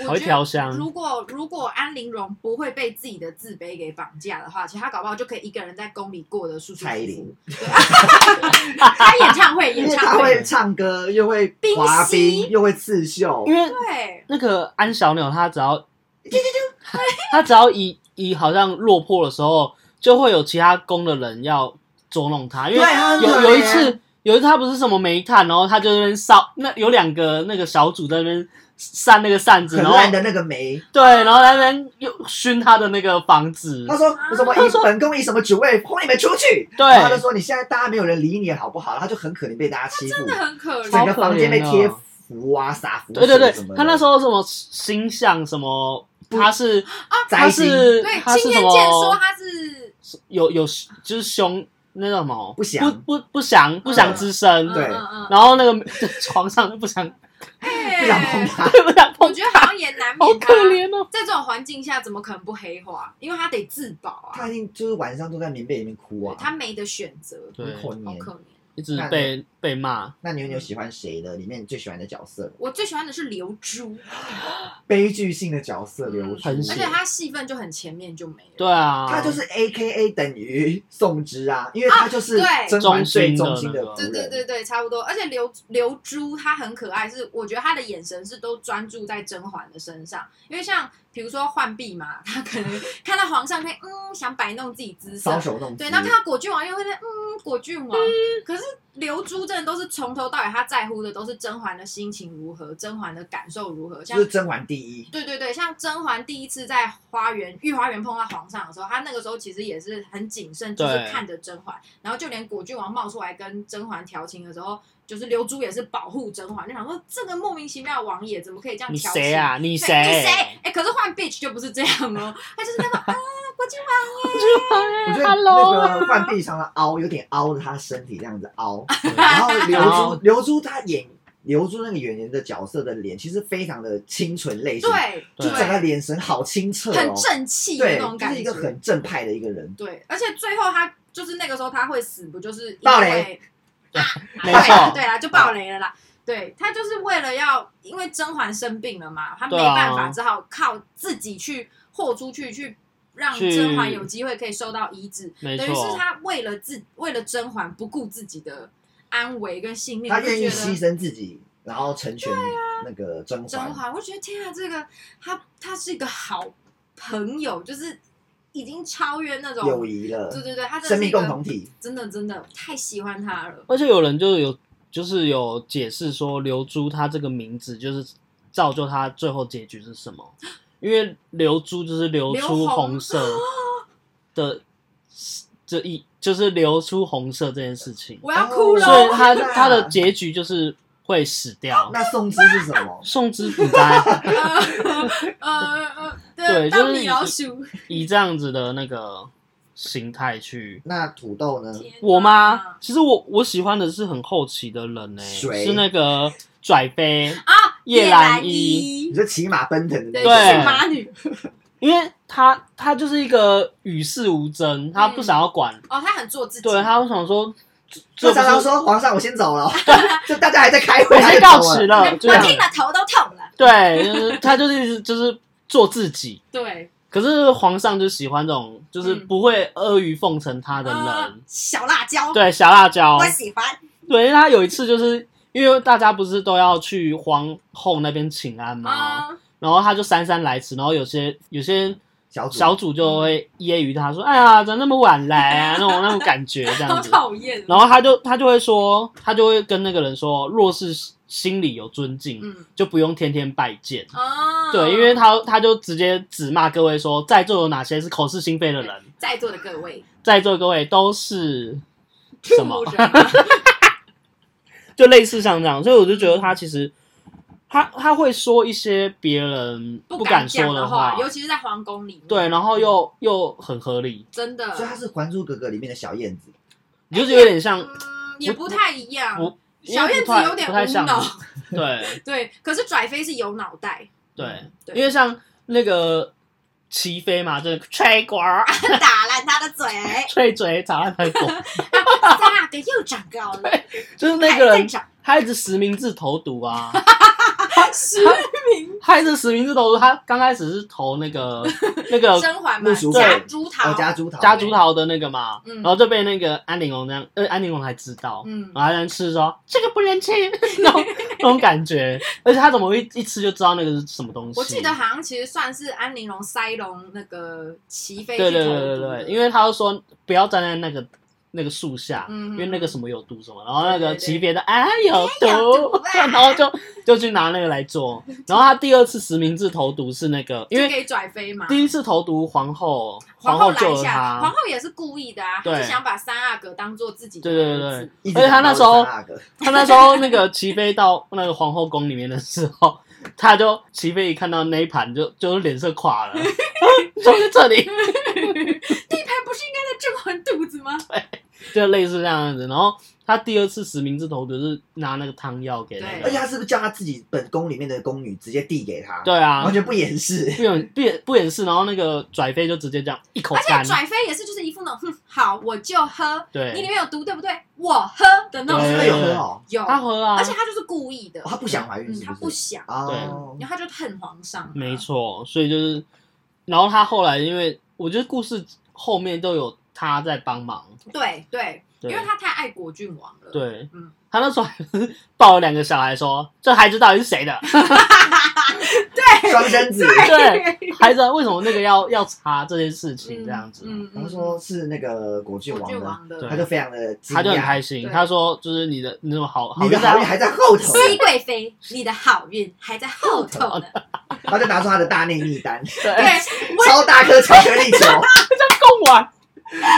[SPEAKER 2] 嗯，
[SPEAKER 1] 好
[SPEAKER 2] 我
[SPEAKER 1] 一
[SPEAKER 2] 觉得
[SPEAKER 1] 条香。
[SPEAKER 2] 如果如果安陵容不会被自己的自卑给绑架的话，其实她搞不好就可以一个人在宫里过得舒舒服
[SPEAKER 3] 蔡依
[SPEAKER 2] 服啊
[SPEAKER 3] 林。
[SPEAKER 2] 她演唱 会，
[SPEAKER 3] 因
[SPEAKER 2] 演
[SPEAKER 3] 为
[SPEAKER 2] 唱
[SPEAKER 3] 他
[SPEAKER 2] 会，
[SPEAKER 3] 会唱歌，又会滑
[SPEAKER 2] 冰
[SPEAKER 3] 冰，
[SPEAKER 2] 嬉
[SPEAKER 3] 又会刺绣
[SPEAKER 1] 因。为
[SPEAKER 2] 对，
[SPEAKER 1] 那个安小鸟，他只要 他只要一一好像落魄的时候，就会有其他宫的人要捉弄他，因为
[SPEAKER 3] 对啊很
[SPEAKER 1] 有
[SPEAKER 3] 可
[SPEAKER 1] 有一
[SPEAKER 3] 怜
[SPEAKER 1] 次，有一次他不是什么煤炭，然后他就在那边烧，那有两个那个小组在那边扇那个扇子，
[SPEAKER 3] 很
[SPEAKER 1] 然后
[SPEAKER 3] 烂的那个梅，
[SPEAKER 1] 对，然后在那边又熏他的那个房子
[SPEAKER 3] 他，说
[SPEAKER 2] 啊
[SPEAKER 3] 什么
[SPEAKER 1] 他
[SPEAKER 3] 以
[SPEAKER 1] 说
[SPEAKER 3] 本宫以什么主位轰你们出去，
[SPEAKER 1] 对
[SPEAKER 3] 然后他就说你现在大家没有人理你好不好？然后他就很可怜被大家欺负
[SPEAKER 2] 真，的很可
[SPEAKER 3] 整
[SPEAKER 2] 怜。
[SPEAKER 3] 个房间被
[SPEAKER 1] 好可
[SPEAKER 3] 贴
[SPEAKER 1] 怜哦
[SPEAKER 3] 符啊、撒符
[SPEAKER 1] 对对对
[SPEAKER 3] 水什么，的
[SPEAKER 1] 他那时候什么星象什么，他是
[SPEAKER 3] 宅
[SPEAKER 1] 他
[SPEAKER 3] 心
[SPEAKER 1] 是
[SPEAKER 2] 对，
[SPEAKER 1] 他
[SPEAKER 2] 青
[SPEAKER 1] 是什
[SPEAKER 2] 天剑说
[SPEAKER 1] 么
[SPEAKER 2] 她是
[SPEAKER 1] 有有就是凶那叫什么
[SPEAKER 3] 不祥
[SPEAKER 1] 不不不祥不祥之身，
[SPEAKER 3] 对
[SPEAKER 2] 嗯嗯嗯，
[SPEAKER 1] 然后那个床上不想
[SPEAKER 2] 哎
[SPEAKER 3] 不想碰他，
[SPEAKER 1] 不想
[SPEAKER 2] 我
[SPEAKER 1] 碰，
[SPEAKER 2] 觉得好像啊也难
[SPEAKER 1] 好
[SPEAKER 2] 免
[SPEAKER 1] 可
[SPEAKER 2] 她
[SPEAKER 1] 怜哦。
[SPEAKER 2] 在这种环境下，怎么可能不黑化？因为她得自保啊，
[SPEAKER 3] 他一定就是晚上都在棉被里面哭啊，
[SPEAKER 2] 她没得选择，
[SPEAKER 1] 对
[SPEAKER 3] 很可
[SPEAKER 2] 好
[SPEAKER 3] 怜
[SPEAKER 2] 可。嗯怜。
[SPEAKER 1] 一直
[SPEAKER 3] 嗯
[SPEAKER 1] 被被骂，
[SPEAKER 3] 那牛牛喜欢谁的？里面最喜欢的角色，
[SPEAKER 2] 我最喜欢的是流珠，
[SPEAKER 3] 悲剧性的角色流出，
[SPEAKER 1] 很
[SPEAKER 2] 嗯而且她戏份就很前面就没
[SPEAKER 1] 对
[SPEAKER 2] 有。
[SPEAKER 1] 啊，
[SPEAKER 3] 他就是 A K A 等于宋芝啊，因为他就是
[SPEAKER 2] 啊对
[SPEAKER 3] 甄嬛最
[SPEAKER 1] 忠
[SPEAKER 3] 忠
[SPEAKER 1] 心
[SPEAKER 3] 心
[SPEAKER 1] 的那
[SPEAKER 3] 的
[SPEAKER 1] 个
[SPEAKER 3] 仆
[SPEAKER 2] 对
[SPEAKER 3] 人，
[SPEAKER 2] 对对对，差不多。而且流流珠她很可爱，是我觉得她的眼神是都专注在甄嬛的身上，因为像比如说浣碧嘛，她可能看到皇上会嗯想摆弄自己姿色
[SPEAKER 3] 搔，首弄姿
[SPEAKER 2] 对，然后看到果郡王又会在嗯果郡王，可是流珠真的都是从头到尾，她在乎的都是甄嬛的心情如何，甄嬛的感受如何，像
[SPEAKER 3] 就是甄嬛第一。
[SPEAKER 2] 对对对，像甄嬛第一次在花园御花园碰到皇上的时候，她那个时候其实也是很谨慎，就是
[SPEAKER 1] 对
[SPEAKER 2] 看着甄嬛，然后就连果郡王冒出来跟甄嬛调情的时候，就是流珠也是保护甄嬛，就想说这个莫名其妙的王爷怎么可以这样
[SPEAKER 1] 你
[SPEAKER 2] 调
[SPEAKER 1] 谁
[SPEAKER 2] 情？
[SPEAKER 1] 啊？你
[SPEAKER 2] 对？
[SPEAKER 1] 谁？
[SPEAKER 2] 你谁？哎、可是换 bitch 就不是这样哦，他就是 那种啊，国郡王
[SPEAKER 3] 我觉得
[SPEAKER 1] Hello
[SPEAKER 3] 那个浣碧常常凹，有点凹着她身体这样子 凹，然后流
[SPEAKER 1] 凹
[SPEAKER 3] 珠流珠她演流珠那个演员的角色的脸，其实非常的清纯类型，
[SPEAKER 2] 对
[SPEAKER 3] 就整个
[SPEAKER 2] 对，
[SPEAKER 3] 脸神好清澈哦，
[SPEAKER 2] 很正气的
[SPEAKER 3] 对
[SPEAKER 2] 那种，
[SPEAKER 3] 就
[SPEAKER 2] 感觉，
[SPEAKER 3] 是一个很正派的一个人。
[SPEAKER 2] 对，而且最后他就是那个时候他会死，不就是因
[SPEAKER 3] 爆
[SPEAKER 2] 为
[SPEAKER 3] 雷
[SPEAKER 2] 啊
[SPEAKER 1] 没
[SPEAKER 2] 对啊
[SPEAKER 1] 错，
[SPEAKER 2] 对啊，就爆雷了啦。对他就是为了要，因为甄嬛生病了嘛，他没
[SPEAKER 1] 对啊
[SPEAKER 2] 办法，只好靠自己去豁出去，去让
[SPEAKER 1] 去
[SPEAKER 2] 甄嬛有机会可以收到医治。
[SPEAKER 1] 没
[SPEAKER 2] 等于是
[SPEAKER 1] 错，
[SPEAKER 2] 他为了自为了甄嬛不顾自己的安危跟性命，
[SPEAKER 3] 他
[SPEAKER 2] 我就
[SPEAKER 3] 愿意
[SPEAKER 2] 觉
[SPEAKER 3] 牺
[SPEAKER 2] 得啊
[SPEAKER 3] 牲自己，然后成全那个甄
[SPEAKER 2] 甄
[SPEAKER 3] 嬛。
[SPEAKER 2] 嬛，我觉得天啊，这个他他是一个好朋友，就是已经超越那种
[SPEAKER 3] 友谊了，
[SPEAKER 2] 对对对，他真的
[SPEAKER 3] 生
[SPEAKER 2] 是一
[SPEAKER 3] 命
[SPEAKER 2] 个
[SPEAKER 3] 共同体。
[SPEAKER 2] 真的真的太喜欢他了。
[SPEAKER 1] 而且有人就有就是有解释说，流珠她这个名字就是造就她最后结局是什么？因为流珠就是流出
[SPEAKER 2] 流红
[SPEAKER 1] 红色的这一，就是流出红色这件事情，
[SPEAKER 2] 我要
[SPEAKER 3] 哦
[SPEAKER 2] 哭了，
[SPEAKER 1] 所以她
[SPEAKER 3] 天哪
[SPEAKER 1] 她的结局就是会死掉。
[SPEAKER 3] 那宋芝是什么？
[SPEAKER 1] 宋之不在
[SPEAKER 2] 呃呃呃，
[SPEAKER 1] 对
[SPEAKER 2] 当
[SPEAKER 1] 就是
[SPEAKER 2] 米老鼠，
[SPEAKER 1] 以这样子的那个形态 去。
[SPEAKER 3] 那土豆呢？
[SPEAKER 2] 天哪
[SPEAKER 1] 我吗？其实我我喜欢的是很后期的人呢、
[SPEAKER 3] 谁
[SPEAKER 1] 是那个拽飞，
[SPEAKER 2] 啊，
[SPEAKER 1] 叶
[SPEAKER 2] 兰
[SPEAKER 1] 澜依
[SPEAKER 3] 你说骑马奔腾
[SPEAKER 2] 对，
[SPEAKER 3] 的那
[SPEAKER 2] 就
[SPEAKER 1] 对
[SPEAKER 2] 是
[SPEAKER 3] 个，
[SPEAKER 2] 马女
[SPEAKER 1] 因为他他就是一个与世无争，他不想要管，
[SPEAKER 2] 哦，她很做自己，
[SPEAKER 1] 对他会想说，这这
[SPEAKER 3] 就常
[SPEAKER 1] 不
[SPEAKER 3] 常
[SPEAKER 1] 是
[SPEAKER 3] 说皇上我先 走了，就大家还在开会，
[SPEAKER 1] 我先告辞
[SPEAKER 2] 我
[SPEAKER 1] 了，就这样
[SPEAKER 2] 听了头都痛了。
[SPEAKER 1] 对，就是他就是一直就是做自己。
[SPEAKER 2] 对，
[SPEAKER 1] 可是皇上就喜欢这种，就是
[SPEAKER 2] 嗯
[SPEAKER 1] 不会阿谀奉承他的人，
[SPEAKER 2] 呃，小辣椒，
[SPEAKER 1] 对小辣椒
[SPEAKER 2] 我，喜欢。
[SPEAKER 1] 对，因为他有一次就是因为大家不是都要去皇后那边请安吗？
[SPEAKER 2] 啊，
[SPEAKER 1] 然后他就姗姗来迟，然后有些有些
[SPEAKER 3] 小组
[SPEAKER 1] 小组就会揶揄他说：“哎呀，怎么那么晚来啊？”那种那种感觉这
[SPEAKER 2] 好
[SPEAKER 1] 样子。
[SPEAKER 2] 讨厌。
[SPEAKER 1] 然后他就他就会说，他就会跟那个人说，若是心里有尊敬，
[SPEAKER 2] 嗯，
[SPEAKER 1] 就不用天天拜见。
[SPEAKER 2] 啊，
[SPEAKER 1] 对，因为他他就直接指骂各位说，在座有哪些是口是心非的人，
[SPEAKER 2] 在座的各位，
[SPEAKER 1] 在座各位都是什 么？
[SPEAKER 2] 畜牧人
[SPEAKER 1] 就类似像这样，所以我就觉得他其实他他会说一些别人
[SPEAKER 2] 不
[SPEAKER 1] 敢
[SPEAKER 2] 讲
[SPEAKER 1] 说
[SPEAKER 2] 的
[SPEAKER 1] 话，
[SPEAKER 2] 尤其是在皇宫里面，
[SPEAKER 1] 对，然后又又很合理，
[SPEAKER 2] 真的
[SPEAKER 3] 所以他是《还珠格格》里面的小燕子，
[SPEAKER 1] 你就是有点像
[SPEAKER 2] 嗯，也不太一样。
[SPEAKER 1] 不
[SPEAKER 2] 哎小燕子有点
[SPEAKER 1] 不太
[SPEAKER 2] 无
[SPEAKER 1] 像
[SPEAKER 2] 脑，
[SPEAKER 1] 对
[SPEAKER 2] 对，可是拽飞是有脑袋，
[SPEAKER 1] 对，
[SPEAKER 2] 对
[SPEAKER 1] 因为像那个齐飞嘛，就是吹管儿、啊
[SPEAKER 2] 打烂他 的嘴，
[SPEAKER 1] 吹嘴、砸烂他的狗，
[SPEAKER 2] 那个又长高了，
[SPEAKER 1] 就是那个
[SPEAKER 2] 还在
[SPEAKER 1] 人
[SPEAKER 2] 长，
[SPEAKER 1] 他一直实名制投毒啊，
[SPEAKER 2] 实名
[SPEAKER 1] 他一直实名制投毒，他刚开始是投那 个那个
[SPEAKER 2] 甄嬛嘛，
[SPEAKER 3] 木薯
[SPEAKER 2] 夹
[SPEAKER 1] 粉
[SPEAKER 2] 竹桃
[SPEAKER 3] 哦，，夹竹桃，
[SPEAKER 1] 夹哦竹桃的那个嘛，
[SPEAKER 2] 嗯
[SPEAKER 1] 然后就被那个安陵容这样，呃，安陵容才知道。
[SPEAKER 2] 嗯，
[SPEAKER 1] 然后他在吃说这个不能吃， 那种那种感觉，而且他怎么会一吃就知道那个是什么东西？
[SPEAKER 2] 我记得好像其实算是安陵容塞隆那个齐飞
[SPEAKER 1] 对
[SPEAKER 2] 去
[SPEAKER 1] 对
[SPEAKER 2] 投
[SPEAKER 1] 对
[SPEAKER 2] 毒
[SPEAKER 1] 对
[SPEAKER 2] 的，
[SPEAKER 1] 对，因为他就说不要站在那个那个树下，
[SPEAKER 2] 嗯
[SPEAKER 1] 因为那个什么有毒什么，然后那
[SPEAKER 2] 对对
[SPEAKER 1] 个
[SPEAKER 2] 对
[SPEAKER 1] 级别的啊有
[SPEAKER 2] 有毒
[SPEAKER 1] 毒，
[SPEAKER 2] 啊
[SPEAKER 1] 然后就就去拿那个来 做。然后他第二次实名制投毒是那个，因
[SPEAKER 2] 就
[SPEAKER 1] 为
[SPEAKER 2] 给拽飞嘛，
[SPEAKER 1] 第一次投毒皇后
[SPEAKER 2] 皇
[SPEAKER 1] 后
[SPEAKER 2] 来
[SPEAKER 1] 救了
[SPEAKER 2] 下，
[SPEAKER 1] 他，
[SPEAKER 2] 皇后也是故意的啊，她
[SPEAKER 1] 对
[SPEAKER 2] 是想把三阿哥当做自己的
[SPEAKER 1] 对对对
[SPEAKER 2] 儿子，
[SPEAKER 3] 一直
[SPEAKER 1] 而且他那时候
[SPEAKER 3] 长高的是那个
[SPEAKER 1] 他那时候那个齐飞到那个皇后宫里面的时候， 他就齐飞一看到那一盘就就脸色垮 了， 就是这里。
[SPEAKER 2] 那一盘不是应该在甄嬛肚子吗？
[SPEAKER 1] 就类似这样子。然后他第二次实名制投毒是拿那个汤药给那
[SPEAKER 3] 而且
[SPEAKER 1] 个，
[SPEAKER 3] 他是不是叫他自己本宫里面的宫女直接递给他？
[SPEAKER 1] 对啊
[SPEAKER 3] 完，全不掩饰。
[SPEAKER 1] 不掩不掩不掩饰，然后那个拽飞就直接这样一口
[SPEAKER 2] 而且
[SPEAKER 1] 干，
[SPEAKER 2] 拽飞也是就是一副那种，哼，好我就喝，你里
[SPEAKER 1] 对，
[SPEAKER 2] 面有毒对不对？我喝的
[SPEAKER 1] 对
[SPEAKER 2] 那
[SPEAKER 3] 哦，
[SPEAKER 2] 种
[SPEAKER 3] 真的有喝哦，
[SPEAKER 2] 有，
[SPEAKER 1] 他喝啊
[SPEAKER 2] 而，且他就是故意的
[SPEAKER 3] 哦，他不想怀孕
[SPEAKER 2] 嗯，
[SPEAKER 3] 是
[SPEAKER 2] 他
[SPEAKER 3] 不
[SPEAKER 2] 不
[SPEAKER 3] 是？
[SPEAKER 2] 想，
[SPEAKER 3] 哦，
[SPEAKER 2] 然后他就恨皇上啊，
[SPEAKER 1] 没错，所以就是，然后他后来因为我觉得故事后面都有他在帮忙，
[SPEAKER 2] 对对，因
[SPEAKER 1] 对
[SPEAKER 2] 为他太爱国郡王了，
[SPEAKER 1] 对
[SPEAKER 2] 嗯，
[SPEAKER 1] 他那时候还 抱了两个小孩说，这孩子到底是谁的？
[SPEAKER 3] 双生子。
[SPEAKER 1] 对，孩子为什么那个要要查这件事情这样子？
[SPEAKER 2] 嗯，
[SPEAKER 3] 他说是那个果郡
[SPEAKER 2] 国
[SPEAKER 3] 王
[SPEAKER 2] 郡
[SPEAKER 3] 呢，
[SPEAKER 2] 王的
[SPEAKER 1] 对
[SPEAKER 3] 他就非常的惊
[SPEAKER 1] 他就很
[SPEAKER 3] 讶，
[SPEAKER 1] 开心，
[SPEAKER 2] 对
[SPEAKER 1] 他说：“就是你的，你怎么好好
[SPEAKER 3] 你的
[SPEAKER 1] 像在
[SPEAKER 3] 好运还在后头，
[SPEAKER 2] 熹贵妃，你的好运还在后头呢。
[SPEAKER 3] 他就拿出他的大内密单，
[SPEAKER 2] 对，
[SPEAKER 1] 对
[SPEAKER 3] 超大颗巧克 力球，
[SPEAKER 1] 贡丸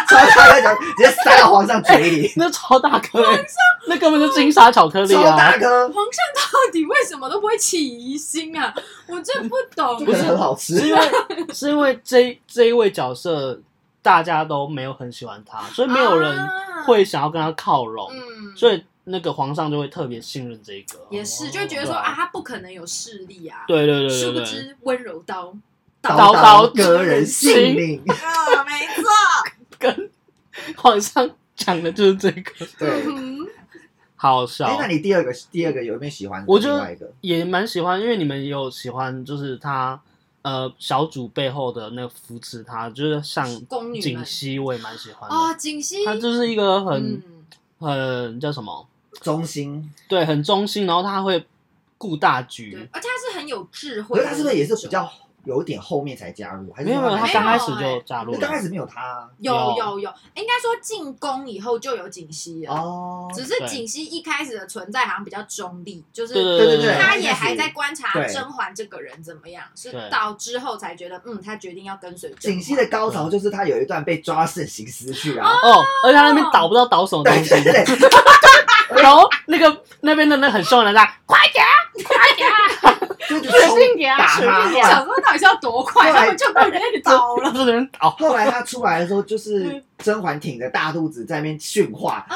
[SPEAKER 3] 超大颗巧克力直接塞到皇上嘴 里，
[SPEAKER 1] 那超大颗、欸，那根本就金沙巧克力
[SPEAKER 3] 超大
[SPEAKER 1] 啊！
[SPEAKER 3] 颗，
[SPEAKER 2] 皇上到底为什么都不会起疑心啊？我真不懂。
[SPEAKER 3] 可能很好吃
[SPEAKER 1] 是。因为是因为这这一位角色大家都没有很喜欢他，所以没有人
[SPEAKER 2] 啊
[SPEAKER 1] 会想要跟他靠拢，
[SPEAKER 2] 嗯，
[SPEAKER 1] 所以那个皇上就会特别信任这个。
[SPEAKER 2] 也是，就会觉得说
[SPEAKER 1] 对啊
[SPEAKER 2] 啊，他不可能有势力啊。
[SPEAKER 1] 对对对
[SPEAKER 2] 殊不
[SPEAKER 1] 对对，
[SPEAKER 2] 知温柔刀
[SPEAKER 1] 刀
[SPEAKER 3] 割人性命，
[SPEAKER 2] 啊，没错，
[SPEAKER 1] 皇上讲的就是这个，
[SPEAKER 3] 对，
[SPEAKER 2] 嗯
[SPEAKER 1] 好好笑
[SPEAKER 3] 哎，。那你第二个第二个有没有喜欢的？
[SPEAKER 1] 啊我就
[SPEAKER 3] 另外一个，
[SPEAKER 1] 也蛮喜欢，因为你们也有喜欢，就是他呃小主背后的那个扶持他，就是像
[SPEAKER 2] 宫女们
[SPEAKER 1] 锦溪，我也蛮喜欢的。
[SPEAKER 2] 啊，锦溪，
[SPEAKER 1] 他就是一个很、
[SPEAKER 2] 嗯，
[SPEAKER 1] 很叫什么？
[SPEAKER 3] 中心，
[SPEAKER 1] 对，很忠心，然后他会顾大
[SPEAKER 2] 对
[SPEAKER 1] 局。，
[SPEAKER 2] 而且他是很有智
[SPEAKER 3] 可
[SPEAKER 2] 慧
[SPEAKER 3] 是
[SPEAKER 2] 的那种，
[SPEAKER 3] 他是不是也是比较有点后面才加入？还是
[SPEAKER 1] 没有没有，
[SPEAKER 3] 慢慢
[SPEAKER 1] 他
[SPEAKER 2] 没
[SPEAKER 1] 刚开
[SPEAKER 2] 有
[SPEAKER 1] 始
[SPEAKER 2] 欸
[SPEAKER 1] 就加入
[SPEAKER 3] 那
[SPEAKER 1] 了。
[SPEAKER 3] 刚开始没有他
[SPEAKER 2] 有
[SPEAKER 1] 有
[SPEAKER 2] 有有，应该说进宫以后就有锦溪了，
[SPEAKER 3] 哦，
[SPEAKER 2] 只是
[SPEAKER 1] 对
[SPEAKER 2] 锦溪一开始的存在好像比较中立，就是
[SPEAKER 1] 对
[SPEAKER 3] 对
[SPEAKER 1] 对
[SPEAKER 3] 对对
[SPEAKER 2] 他
[SPEAKER 3] 一
[SPEAKER 2] 也
[SPEAKER 3] 开始
[SPEAKER 2] 还在观察
[SPEAKER 3] 对
[SPEAKER 2] 甄嬛这个人怎么样，是
[SPEAKER 1] 对
[SPEAKER 2] 到之后才觉得，嗯，他决定要跟随甄
[SPEAKER 3] 锦
[SPEAKER 2] 嬛
[SPEAKER 3] 溪的高潮就是他有一段被抓慎刑私去啊，
[SPEAKER 1] 哦，而且他那边倒不知道倒什么东
[SPEAKER 3] 对
[SPEAKER 1] 西，
[SPEAKER 3] 对对，对
[SPEAKER 1] 然后那个那边的那很凶的那快点啊，快点啊，
[SPEAKER 3] 就是
[SPEAKER 1] 随
[SPEAKER 3] 冲
[SPEAKER 1] 便给
[SPEAKER 3] 打
[SPEAKER 1] 啊，随
[SPEAKER 3] 他
[SPEAKER 1] 便给啊，
[SPEAKER 2] 想说到底是要多快，
[SPEAKER 3] 后来
[SPEAKER 2] 他们就被人倒 了。
[SPEAKER 1] 这个人倒，
[SPEAKER 3] 后来他出来的时候，就是甄嬛挺着大肚子在那边训话，
[SPEAKER 2] 哦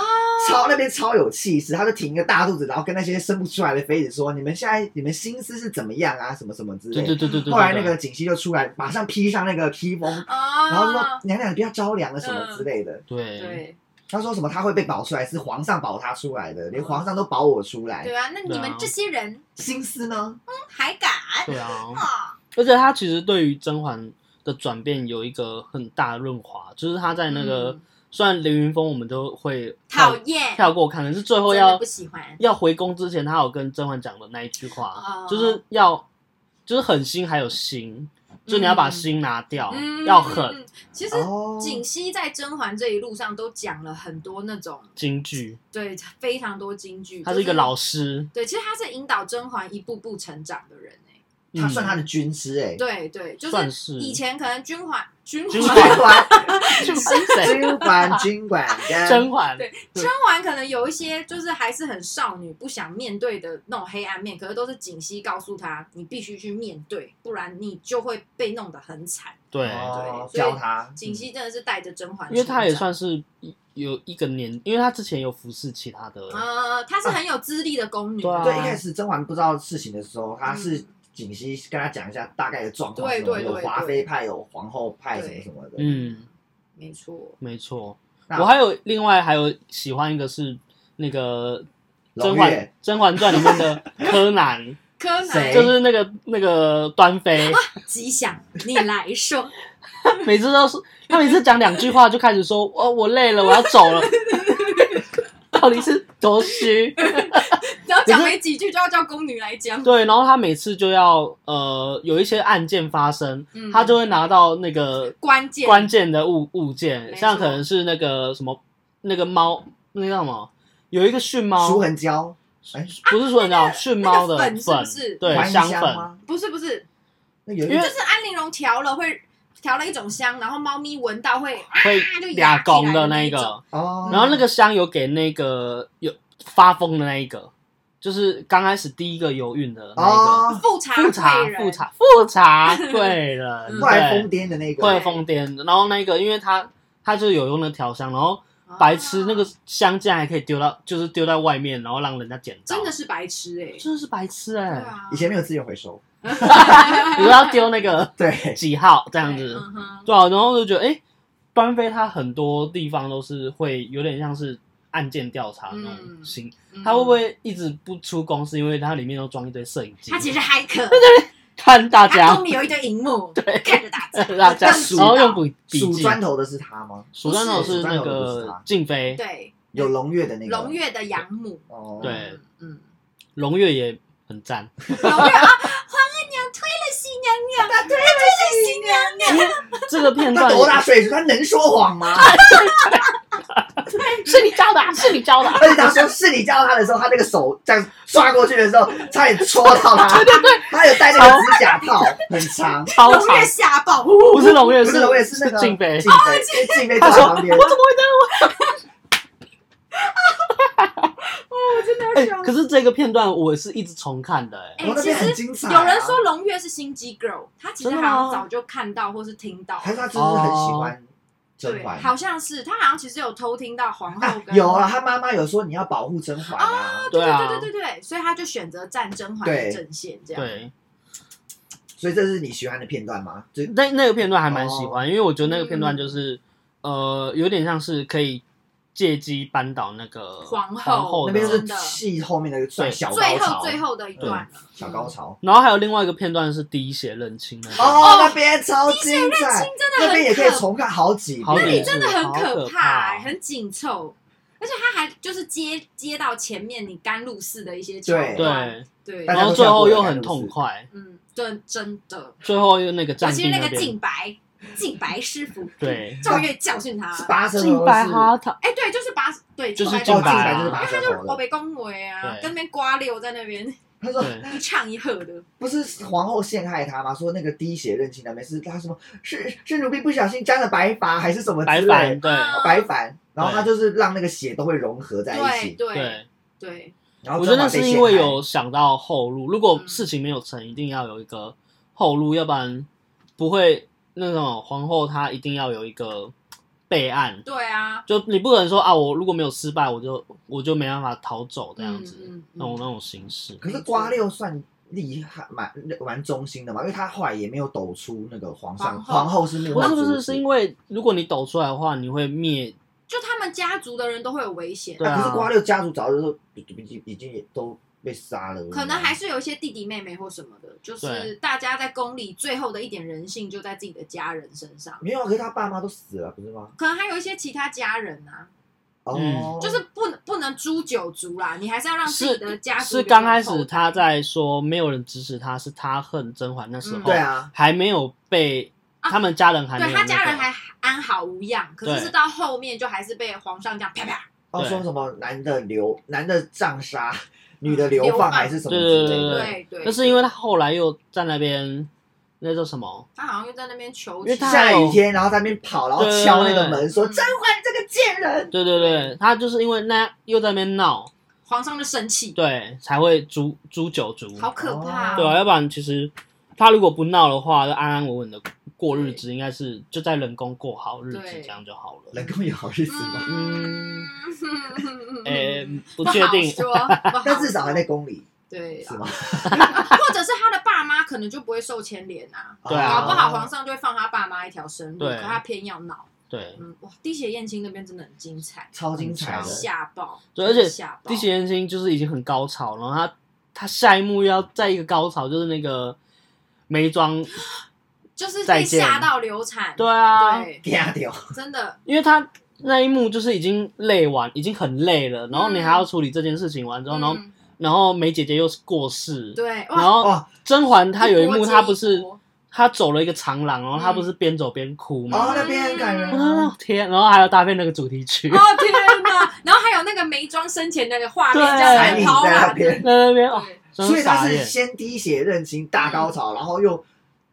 [SPEAKER 3] 超那边超有气势，他就挺一个大肚子，然后跟那些生不出来的妃子说：“你们现在你们心思是怎么样啊？什么什么之类
[SPEAKER 1] 对
[SPEAKER 3] 的。
[SPEAKER 1] 对对对对对。
[SPEAKER 3] 后来那个锦溪就出来，马上披上那个披风，
[SPEAKER 2] 啊，
[SPEAKER 3] 然后说：“娘娘，你不要着凉了啊什么之类的。
[SPEAKER 1] 嗯对
[SPEAKER 2] 对
[SPEAKER 3] 他说什么他会被保出来，是皇上保他出来的，连皇上都保我出来
[SPEAKER 2] 对。啊，那你
[SPEAKER 1] 对
[SPEAKER 2] 们
[SPEAKER 1] 啊
[SPEAKER 2] 这些人
[SPEAKER 3] 心思呢？
[SPEAKER 2] 还敢
[SPEAKER 1] 对啊，
[SPEAKER 2] 啊？
[SPEAKER 1] 而且他其实对于甄嬛的转变有一个很大的润滑，就是他在那个、
[SPEAKER 2] 嗯
[SPEAKER 1] 虽然凌云峰我们都会
[SPEAKER 2] 讨
[SPEAKER 1] 跳
[SPEAKER 2] 厌，
[SPEAKER 1] 跳过看，可是最后
[SPEAKER 2] 真
[SPEAKER 1] 要
[SPEAKER 2] 的不喜欢。
[SPEAKER 1] 要回宫之前，他有跟甄嬛讲的那一句话，
[SPEAKER 2] 哦
[SPEAKER 1] 就是要就是狠心还有心，就你要把
[SPEAKER 2] 嗯
[SPEAKER 1] 心拿掉，
[SPEAKER 2] 嗯，
[SPEAKER 1] 要狠。
[SPEAKER 2] 其实
[SPEAKER 3] 哦，
[SPEAKER 2] 锦溪在甄嬛这一路上都讲了很多那种
[SPEAKER 1] 京剧，
[SPEAKER 2] 对非常多京剧，
[SPEAKER 1] 他
[SPEAKER 2] 就是
[SPEAKER 1] 一个老师，
[SPEAKER 2] 对，其实他是引导甄嬛一步步成长的人哎、
[SPEAKER 3] 他算他
[SPEAKER 1] 嗯
[SPEAKER 3] 的军师哎，
[SPEAKER 2] 对对，就
[SPEAKER 1] 算是
[SPEAKER 2] 是以前可能君嬛君
[SPEAKER 1] 君
[SPEAKER 2] 嬛
[SPEAKER 1] 嬛
[SPEAKER 3] 军 管
[SPEAKER 1] 是谁？
[SPEAKER 3] 军管军 管哦
[SPEAKER 1] 甄嬛
[SPEAKER 2] 对甄嬛可能有一些就是还是很少女不想面对的那种黑暗面，可是都是锦溪告诉她，你必须去面对，不然你就会被弄得很惨。
[SPEAKER 1] 对，
[SPEAKER 3] 哦
[SPEAKER 2] 对所以
[SPEAKER 3] 教他
[SPEAKER 2] 锦溪真的是带着甄嬛成长，
[SPEAKER 1] 嗯因为他也算是有一个年，因为他之前有服侍其他的，
[SPEAKER 2] 呃，她是很有资历的宫女，
[SPEAKER 1] 对啊
[SPEAKER 3] 对，一开始甄嬛不知道事情的时候，她是
[SPEAKER 2] 嗯
[SPEAKER 3] 锦溪跟她讲一下大概的状况，
[SPEAKER 2] 对
[SPEAKER 3] 什么
[SPEAKER 2] 对
[SPEAKER 3] 有
[SPEAKER 2] 对
[SPEAKER 3] 华
[SPEAKER 2] 对
[SPEAKER 3] 妃派、有皇后派什
[SPEAKER 2] 对
[SPEAKER 3] 么什么的。
[SPEAKER 1] 嗯，
[SPEAKER 2] 没错，
[SPEAKER 1] 没错。
[SPEAKER 3] 那
[SPEAKER 1] 我还有另外还有喜欢一个是那个《甄
[SPEAKER 3] 胧
[SPEAKER 1] 嬛
[SPEAKER 3] 月
[SPEAKER 1] 甄嬛传》里面的柯南，
[SPEAKER 2] 柯南
[SPEAKER 3] 谁
[SPEAKER 1] 就是那个那个端 妃，
[SPEAKER 2] 吉祥，你 来说，
[SPEAKER 1] 每次都是他每次讲两句话就开始说哦我累了我要走了， 到底是多虚？
[SPEAKER 2] 然后讲没几句就要叫宫女来讲，
[SPEAKER 1] 对，然后他每次就要呃有一些案件发生，
[SPEAKER 2] 嗯
[SPEAKER 1] 他就会拿到那个
[SPEAKER 2] 关键
[SPEAKER 1] 关键的物物件，
[SPEAKER 2] 没
[SPEAKER 1] 像
[SPEAKER 2] 错
[SPEAKER 1] 可能是那个什么那个猫，那个叫什么？有一个驯猫，
[SPEAKER 3] 舒痕胶，哎，
[SPEAKER 1] 不是说人家驯猫的
[SPEAKER 2] 啊那个粉是不是
[SPEAKER 1] 对
[SPEAKER 3] 还
[SPEAKER 1] 香
[SPEAKER 3] 香
[SPEAKER 1] 粉，
[SPEAKER 3] 吗？
[SPEAKER 2] 不是不是，
[SPEAKER 3] 那有一
[SPEAKER 1] 因为
[SPEAKER 2] 就是安陵容调了会调了一种香，然后猫咪闻到会
[SPEAKER 1] 会
[SPEAKER 2] 啊就
[SPEAKER 1] 俩
[SPEAKER 2] 压起
[SPEAKER 1] 公
[SPEAKER 2] 来的
[SPEAKER 1] 那一
[SPEAKER 2] 一
[SPEAKER 1] 个
[SPEAKER 2] 种，，
[SPEAKER 3] 哦，
[SPEAKER 1] 然后那个香有给那个有发疯的那一个，就是刚开始第一个有孕的那一
[SPEAKER 3] 哦，
[SPEAKER 2] 复查
[SPEAKER 1] 个，复查
[SPEAKER 2] 贵人
[SPEAKER 1] 复查复 查贵人，
[SPEAKER 2] 嗯
[SPEAKER 3] 后来疯
[SPEAKER 1] 对，
[SPEAKER 3] 癫的那
[SPEAKER 1] 后来
[SPEAKER 3] 个，
[SPEAKER 1] 疯癫的，然后那个因为他他就有用那调香，然后
[SPEAKER 2] 啊
[SPEAKER 1] 哦白痴那个香竟然还可以丢到就是丢在外面，然后让人家捡到，
[SPEAKER 2] 真的是白痴哎、
[SPEAKER 1] 真的是白痴哎、
[SPEAKER 2] 对
[SPEAKER 1] 欸，
[SPEAKER 2] 啊
[SPEAKER 3] 以前没有资源回收，
[SPEAKER 1] 你说要丢那个
[SPEAKER 3] 对，
[SPEAKER 1] 几号这
[SPEAKER 2] 这
[SPEAKER 1] 样子，
[SPEAKER 2] 嗯哼，
[SPEAKER 1] 对啊，然后就觉得，哎、端妃她很多地方都是会有点像是案件调查那种
[SPEAKER 2] 嗯
[SPEAKER 1] 型，
[SPEAKER 2] 嗯
[SPEAKER 1] 她会不？会一直不出公司，因为它里面都装一堆摄影机，
[SPEAKER 2] 他其实还 可，
[SPEAKER 1] 看大
[SPEAKER 2] 他
[SPEAKER 1] 家
[SPEAKER 2] 后，面有一堆荧 幕，看着大家，
[SPEAKER 1] 大家，
[SPEAKER 3] 数
[SPEAKER 1] 然后用笔笔
[SPEAKER 3] 数
[SPEAKER 1] 记，
[SPEAKER 3] 砖头的是他吗？
[SPEAKER 1] 数砖头
[SPEAKER 2] 不是
[SPEAKER 1] 是那
[SPEAKER 3] 数砖头不是
[SPEAKER 1] 个
[SPEAKER 3] 她
[SPEAKER 1] 静妃，
[SPEAKER 2] 对，
[SPEAKER 3] 有胧月的那个，
[SPEAKER 2] 胧月的养母，
[SPEAKER 3] 哦，
[SPEAKER 1] 对
[SPEAKER 2] 嗯，
[SPEAKER 1] 胧月也很赞，
[SPEAKER 2] 嗯胧月啊，皇额娘推了新娘娘，她推了新娘娘，
[SPEAKER 1] 这个片
[SPEAKER 3] 他
[SPEAKER 1] 段
[SPEAKER 3] 多大岁数？他能说谎吗？
[SPEAKER 1] 是你教的啊，是你教的啊，
[SPEAKER 3] 而且他说是你叫他的时候，他那个手这样抓过去的时候，差点戳到他。对对对，他有戴那个指甲套，很长。
[SPEAKER 1] 超长，
[SPEAKER 2] 胧月吓爆，
[SPEAKER 1] 不是胧月，
[SPEAKER 3] 不是我也是那个
[SPEAKER 1] 静妃。
[SPEAKER 3] 静
[SPEAKER 2] 哦
[SPEAKER 3] 妃，静妃坐
[SPEAKER 1] 他
[SPEAKER 3] 在
[SPEAKER 1] 说：“我
[SPEAKER 3] 旁
[SPEAKER 1] 怎
[SPEAKER 3] 边
[SPEAKER 1] 么会。这
[SPEAKER 2] 我真的
[SPEAKER 1] 样？”哎、可是这个片段我是一直重看的、哎、
[SPEAKER 2] 哎
[SPEAKER 3] 我那边很精彩、啊
[SPEAKER 2] 有人说，胧月是心机 girl，她其实
[SPEAKER 1] 真
[SPEAKER 2] 好
[SPEAKER 1] 的吗
[SPEAKER 2] 像早就看到或是听到，
[SPEAKER 3] 还是他真的很喜欢甄
[SPEAKER 2] 对，
[SPEAKER 3] 嬛。
[SPEAKER 2] 好像是她好像其实有偷听到皇后
[SPEAKER 3] 啊
[SPEAKER 2] 跟
[SPEAKER 3] 有啊，他妈妈有说你要保护甄嬛啊，
[SPEAKER 1] 对啊，
[SPEAKER 2] 对对对对，所以他就选择站甄嬛的阵线，这样。
[SPEAKER 1] 对，
[SPEAKER 3] 所以这是你喜欢的片段吗？就哦
[SPEAKER 1] 那那个片段还蛮喜欢，因为我觉得那个片段就是
[SPEAKER 2] 嗯
[SPEAKER 1] 呃，有点像是可以借机扳倒那个
[SPEAKER 2] 皇后
[SPEAKER 1] 后
[SPEAKER 3] 那
[SPEAKER 1] 的
[SPEAKER 3] 边就是
[SPEAKER 2] 真的
[SPEAKER 3] 戏后面的一个算小
[SPEAKER 2] 最
[SPEAKER 3] 高
[SPEAKER 2] 后
[SPEAKER 3] 潮，
[SPEAKER 2] 最后的一段了，
[SPEAKER 3] 小高潮。
[SPEAKER 1] 然后还有另外一个片段是滴血认亲那边
[SPEAKER 3] 哦，那边超精
[SPEAKER 2] 认
[SPEAKER 3] 彩
[SPEAKER 2] 亲，真的
[SPEAKER 3] 那
[SPEAKER 2] 很
[SPEAKER 3] 边也可以
[SPEAKER 2] 可
[SPEAKER 3] 重看好几遍。
[SPEAKER 1] 好
[SPEAKER 2] 那
[SPEAKER 1] 几
[SPEAKER 2] 里
[SPEAKER 1] 次
[SPEAKER 2] 真的很
[SPEAKER 1] 好
[SPEAKER 2] 可
[SPEAKER 1] 可
[SPEAKER 2] 怕、
[SPEAKER 1] 怕
[SPEAKER 2] 欸，很紧凑，而且他还就是接接到前面你甘露寺的一些桥
[SPEAKER 3] 对
[SPEAKER 2] 段，
[SPEAKER 1] 对，
[SPEAKER 2] 对，
[SPEAKER 3] 大家
[SPEAKER 1] 然
[SPEAKER 3] 都
[SPEAKER 1] 后最后又很痛快，
[SPEAKER 2] 嗯，真真的，
[SPEAKER 1] 最后又那个
[SPEAKER 2] 尤
[SPEAKER 1] 战
[SPEAKER 2] 其
[SPEAKER 1] 地
[SPEAKER 2] 是那个
[SPEAKER 1] 边，
[SPEAKER 2] 静白，静白师傅，
[SPEAKER 1] 对，
[SPEAKER 2] 赵月教训他，
[SPEAKER 3] 是拔舌头
[SPEAKER 1] 静白
[SPEAKER 3] 是
[SPEAKER 1] 哈他
[SPEAKER 2] 哎、对，就是把对，
[SPEAKER 1] 就是
[SPEAKER 2] 白
[SPEAKER 1] 静
[SPEAKER 2] 就
[SPEAKER 1] 白
[SPEAKER 2] 拔
[SPEAKER 1] 啊
[SPEAKER 2] 因
[SPEAKER 1] 就是
[SPEAKER 2] 为
[SPEAKER 1] 拔
[SPEAKER 2] 他
[SPEAKER 3] 舌头
[SPEAKER 2] 就是
[SPEAKER 3] 的
[SPEAKER 2] 我被恭维啊，
[SPEAKER 1] 对
[SPEAKER 2] 跟那边瓜溜在那边
[SPEAKER 3] 他说
[SPEAKER 1] 对，
[SPEAKER 2] 一唱一和的，
[SPEAKER 3] 不是皇后陷害他吗？说那个滴血认亲的，没事，他什么是是奴婢不小心沾了白矾还是什么
[SPEAKER 1] 白
[SPEAKER 3] 之
[SPEAKER 1] 板
[SPEAKER 3] 类
[SPEAKER 1] 对
[SPEAKER 2] 啊
[SPEAKER 3] 白矾，然后他就是让那个血都会融合在一
[SPEAKER 2] 对
[SPEAKER 3] 起。
[SPEAKER 2] 对
[SPEAKER 1] 对，
[SPEAKER 2] 对，
[SPEAKER 3] 然后
[SPEAKER 1] 我觉得那
[SPEAKER 3] 啊正好被
[SPEAKER 1] 是
[SPEAKER 3] 陷
[SPEAKER 1] 因为
[SPEAKER 3] 害
[SPEAKER 1] 有想到后路，如
[SPEAKER 2] 嗯
[SPEAKER 1] 果事情没有成，一定要有一个后路，要不然不会那种皇后她一定要有一个备案，
[SPEAKER 2] 对啊，
[SPEAKER 1] 就你不可能说啊，我如果没有失败，我就我就没办法逃走这样子，
[SPEAKER 2] 嗯嗯嗯
[SPEAKER 1] 那种那种形式。
[SPEAKER 3] 可是瓜六算厉害，蛮蛮忠心的嘛，因为他后来也没有抖出那个皇
[SPEAKER 2] 皇
[SPEAKER 3] 上
[SPEAKER 2] 后
[SPEAKER 3] 皇后是没有
[SPEAKER 1] 不是
[SPEAKER 3] 阻
[SPEAKER 1] 不
[SPEAKER 3] 止。
[SPEAKER 1] 是，是因为如果你抖出来的话，你会灭。
[SPEAKER 2] 就他们家族的人都会有危险，
[SPEAKER 1] 对啊
[SPEAKER 3] 啊可是瓜六家族早就都已经已经也都被杀了，
[SPEAKER 2] 可能还是有一些弟弟妹妹或什么的，就是
[SPEAKER 1] 对
[SPEAKER 2] 大家在宫里最后的一点人性就在自己的家人身上，
[SPEAKER 3] 没有啊。可是他爸妈都死了，不是吗？
[SPEAKER 2] 可能还有一些其他家人啊，
[SPEAKER 3] 哦
[SPEAKER 1] 嗯，
[SPEAKER 2] 就是不能不能诛九族啦，你还是要让自己
[SPEAKER 1] 是
[SPEAKER 2] 的家族
[SPEAKER 1] 是
[SPEAKER 2] 留有
[SPEAKER 1] 刚开
[SPEAKER 2] 后
[SPEAKER 1] 始他在说没有人支持他，是他恨甄嬛那时候，
[SPEAKER 2] 嗯
[SPEAKER 3] 对啊，
[SPEAKER 1] 还没有被、
[SPEAKER 2] 啊
[SPEAKER 1] 他们家人还没有、
[SPEAKER 2] 对
[SPEAKER 1] 那
[SPEAKER 2] 他
[SPEAKER 1] 个
[SPEAKER 2] 家人还安好无恙，可是
[SPEAKER 1] 对
[SPEAKER 2] 是到后面就还是被皇上这样啪啪，
[SPEAKER 3] 哦
[SPEAKER 1] 对
[SPEAKER 3] 说什么男的流男的杖杀， 女的流
[SPEAKER 2] 流
[SPEAKER 3] 放
[SPEAKER 2] 放
[SPEAKER 3] 还是什么
[SPEAKER 1] 对对
[SPEAKER 3] 之类的。
[SPEAKER 1] 对
[SPEAKER 2] 对对
[SPEAKER 1] 那是因为他后来又在那边那叫什么？
[SPEAKER 2] 他好像又在那边求
[SPEAKER 1] 因为
[SPEAKER 2] 情
[SPEAKER 1] 他
[SPEAKER 3] 下雨天，然后在那边跑，然后敲那个门说：“
[SPEAKER 2] 对对对
[SPEAKER 3] 甄嬛，你这个贱人
[SPEAKER 1] 对对对，他就是因为那又在那边闹，
[SPEAKER 2] 皇上就生气，
[SPEAKER 1] 对才会诛诛九族。
[SPEAKER 2] 好可怕、
[SPEAKER 1] 对啊，
[SPEAKER 2] 哦，
[SPEAKER 1] 要不然其实他如果不闹的话，就安安稳稳的过日子，应该是就在人工过好日子
[SPEAKER 2] 对，
[SPEAKER 1] 这样就好！”了
[SPEAKER 3] 人。工有好日子吗？
[SPEAKER 2] 嗯
[SPEAKER 1] 嗯，
[SPEAKER 2] 诶
[SPEAKER 1] 诶，不确定，
[SPEAKER 2] 说，嗯 不好
[SPEAKER 3] 但至少还在
[SPEAKER 2] 说
[SPEAKER 3] 宫里，
[SPEAKER 2] 对啊
[SPEAKER 3] 是吗？
[SPEAKER 2] 或者是他的爸妈可能就不会受牵连啊，
[SPEAKER 1] 对啊
[SPEAKER 2] 搞不好皇上就会放他爸妈一条生路，
[SPEAKER 1] 对
[SPEAKER 2] 可他偏要闹。
[SPEAKER 1] 对
[SPEAKER 2] 嗯，哇，滴血验亲那边真的很精彩，
[SPEAKER 3] 超精彩
[SPEAKER 1] 很
[SPEAKER 3] 的
[SPEAKER 1] 强，
[SPEAKER 2] 吓爆！
[SPEAKER 1] 对，而且
[SPEAKER 2] 吓爆
[SPEAKER 1] 第七人星就是已经很高潮，然后他他下一幕又要再一个高潮，就是那个眉庄，
[SPEAKER 2] 就是
[SPEAKER 1] 再
[SPEAKER 2] 被
[SPEAKER 1] 见
[SPEAKER 2] 吓到流产，
[SPEAKER 1] 对啊，
[SPEAKER 2] 对，
[SPEAKER 3] 嗲掉。
[SPEAKER 2] 真的
[SPEAKER 1] 因为他那一幕就是已经累完，已经很累了，然后你还要处理这件事情完之后，然后
[SPEAKER 2] 嗯
[SPEAKER 1] 然后梅姐姐又是过世，
[SPEAKER 2] 对，哇
[SPEAKER 1] 然后
[SPEAKER 3] 哇
[SPEAKER 1] 甄嬛她有一
[SPEAKER 2] 一
[SPEAKER 1] 幕
[SPEAKER 2] 波接哦
[SPEAKER 1] 她不是
[SPEAKER 2] 一波
[SPEAKER 1] 她走了一个长廊，然后她
[SPEAKER 2] 嗯
[SPEAKER 1] 不是边走边哭吗？
[SPEAKER 3] 哦，那边很感人啊。
[SPEAKER 1] 哦天，然后还要搭配那个主题曲，
[SPEAKER 2] 哦天哪！然后还有那个眉庄生前那个画面，
[SPEAKER 1] 对
[SPEAKER 2] 这
[SPEAKER 3] 彩
[SPEAKER 2] 样
[SPEAKER 3] 礼
[SPEAKER 2] 子
[SPEAKER 3] 在
[SPEAKER 2] 好
[SPEAKER 3] 那
[SPEAKER 2] 染，
[SPEAKER 3] 边，
[SPEAKER 1] 在那边哦，
[SPEAKER 2] 对，
[SPEAKER 1] 真
[SPEAKER 3] 所以他
[SPEAKER 1] 傻
[SPEAKER 3] 是
[SPEAKER 1] 眼。
[SPEAKER 3] 先滴血认亲大高潮，然后又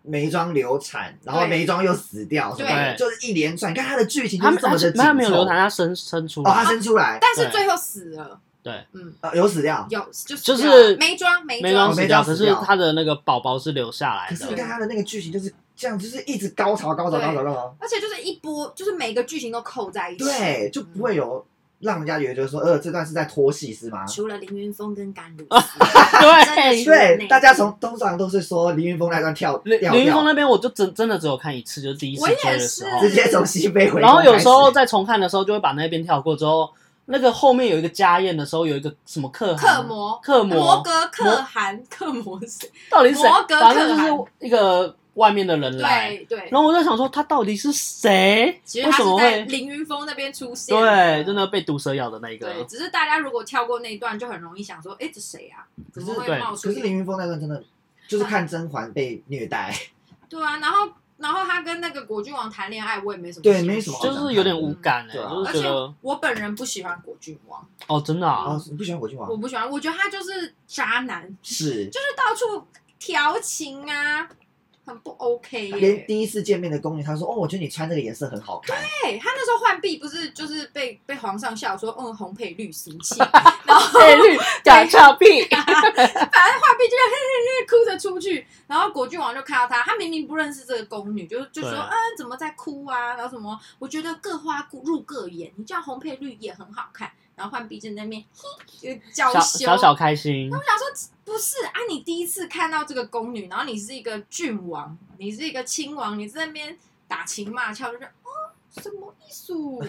[SPEAKER 3] 眉庄流产，然后
[SPEAKER 2] 对
[SPEAKER 3] 眉庄又死掉，
[SPEAKER 2] 对
[SPEAKER 3] 什么的就是一连串。你看他的剧情就
[SPEAKER 1] 他们
[SPEAKER 3] 是这么
[SPEAKER 1] 他
[SPEAKER 3] 的紧
[SPEAKER 1] 他没有
[SPEAKER 3] 凑
[SPEAKER 1] 流产，他生生出
[SPEAKER 3] 哦，他
[SPEAKER 1] 来，
[SPEAKER 3] 生出来，
[SPEAKER 2] 但是
[SPEAKER 1] 对
[SPEAKER 2] 最后死了，
[SPEAKER 1] 对，
[SPEAKER 2] 嗯，
[SPEAKER 3] 呃，有死掉。
[SPEAKER 2] 有就是
[SPEAKER 1] 就是
[SPEAKER 2] 这样眉庄眉
[SPEAKER 1] 没装
[SPEAKER 2] 庄
[SPEAKER 3] 死
[SPEAKER 1] 死
[SPEAKER 3] 掉
[SPEAKER 1] 掉，可是他的那个宝宝是留下来
[SPEAKER 3] 可是你
[SPEAKER 1] 的。
[SPEAKER 3] 看他的那个剧情就是这样，就是一直高潮、高潮、
[SPEAKER 2] 对
[SPEAKER 3] 高潮、高潮，
[SPEAKER 2] 而且就是一波，就是每个剧情都扣在一起。
[SPEAKER 3] 对，就不会有让人家觉得说，呃，这段是在拖戏是吗？
[SPEAKER 2] 除了凌云峰跟甘露寺，
[SPEAKER 1] 对
[SPEAKER 2] 真的
[SPEAKER 3] 对，大家从通常都是说林云峰那段跳
[SPEAKER 1] 林
[SPEAKER 3] 跳
[SPEAKER 1] 林云峰
[SPEAKER 3] 跳，
[SPEAKER 1] 那边我就真真的只有看一次，就是第一次
[SPEAKER 2] 我也
[SPEAKER 1] 追的时候
[SPEAKER 2] 是
[SPEAKER 3] 直，接从西北回宫开始。
[SPEAKER 1] 然后有时候在重看的时候就会把那边跳过，之后那个后面有一个家宴的时候有一个什么克
[SPEAKER 2] 克
[SPEAKER 1] 汗
[SPEAKER 2] 魔、
[SPEAKER 1] 克
[SPEAKER 2] 摩
[SPEAKER 1] 魔，
[SPEAKER 2] 格克汗、克摩斯，
[SPEAKER 1] 到底是谁
[SPEAKER 2] 摩？格克汗
[SPEAKER 1] 反正就是一个外面的人来。
[SPEAKER 2] 对对。
[SPEAKER 1] 然后我在想说他到底是谁？
[SPEAKER 2] 其实
[SPEAKER 1] 为
[SPEAKER 2] 他
[SPEAKER 1] 什么
[SPEAKER 2] 是在
[SPEAKER 1] 会？
[SPEAKER 2] 凌云峰那边出现，
[SPEAKER 1] 对，真。的被毒蛇咬的那一
[SPEAKER 2] 对，
[SPEAKER 1] 个。
[SPEAKER 2] 只是大家如果跳过那一段，就很容易想说，哎，这谁啊？怎么会
[SPEAKER 1] 对
[SPEAKER 2] 冒出
[SPEAKER 3] 可是林云峰那段真的
[SPEAKER 2] 啊
[SPEAKER 3] 就是看甄嬛被虐待，
[SPEAKER 2] 对啊，然后然后他跟那个果郡王谈恋爱，我也没什么，
[SPEAKER 3] 对没什么好
[SPEAKER 1] 就是有点无感哎、
[SPEAKER 3] 对啊
[SPEAKER 1] 就是
[SPEAKER 2] 而且
[SPEAKER 1] 觉得
[SPEAKER 2] 我本人不喜欢果郡王，
[SPEAKER 1] 哦，真的啊，
[SPEAKER 3] 哦，你不喜欢果郡
[SPEAKER 2] 我
[SPEAKER 3] 王？
[SPEAKER 2] 不喜欢，我觉得他就是渣男，
[SPEAKER 3] 是，
[SPEAKER 2] 就是到处调情啊，很不 OK 耶、
[SPEAKER 3] 连第一次见面的宫女，她说：“哦，我觉得你穿这个颜色很好看。
[SPEAKER 2] 对哎他那时候换币不是就是被被皇上笑说，嗯，红配绿俗气，
[SPEAKER 1] 费率假钞币，
[SPEAKER 2] 反正换币就嘿嘿嘿哭着出去，然后果郡王就看到他，他明明不认识这个宫女，就就说，
[SPEAKER 1] 对
[SPEAKER 2] 嗯，怎么在哭啊，然后什么，我觉得各花入各眼，你这样红配绿也很好看，然后换币就在那边嘿就娇
[SPEAKER 1] 小
[SPEAKER 2] 羞。
[SPEAKER 1] 小小开心
[SPEAKER 2] 那，我想说，不是啊，你第一次看到这个宫女，然后你是一个郡王，你是一个亲王，你在那边打情骂俏，就是哦，什么艺 术？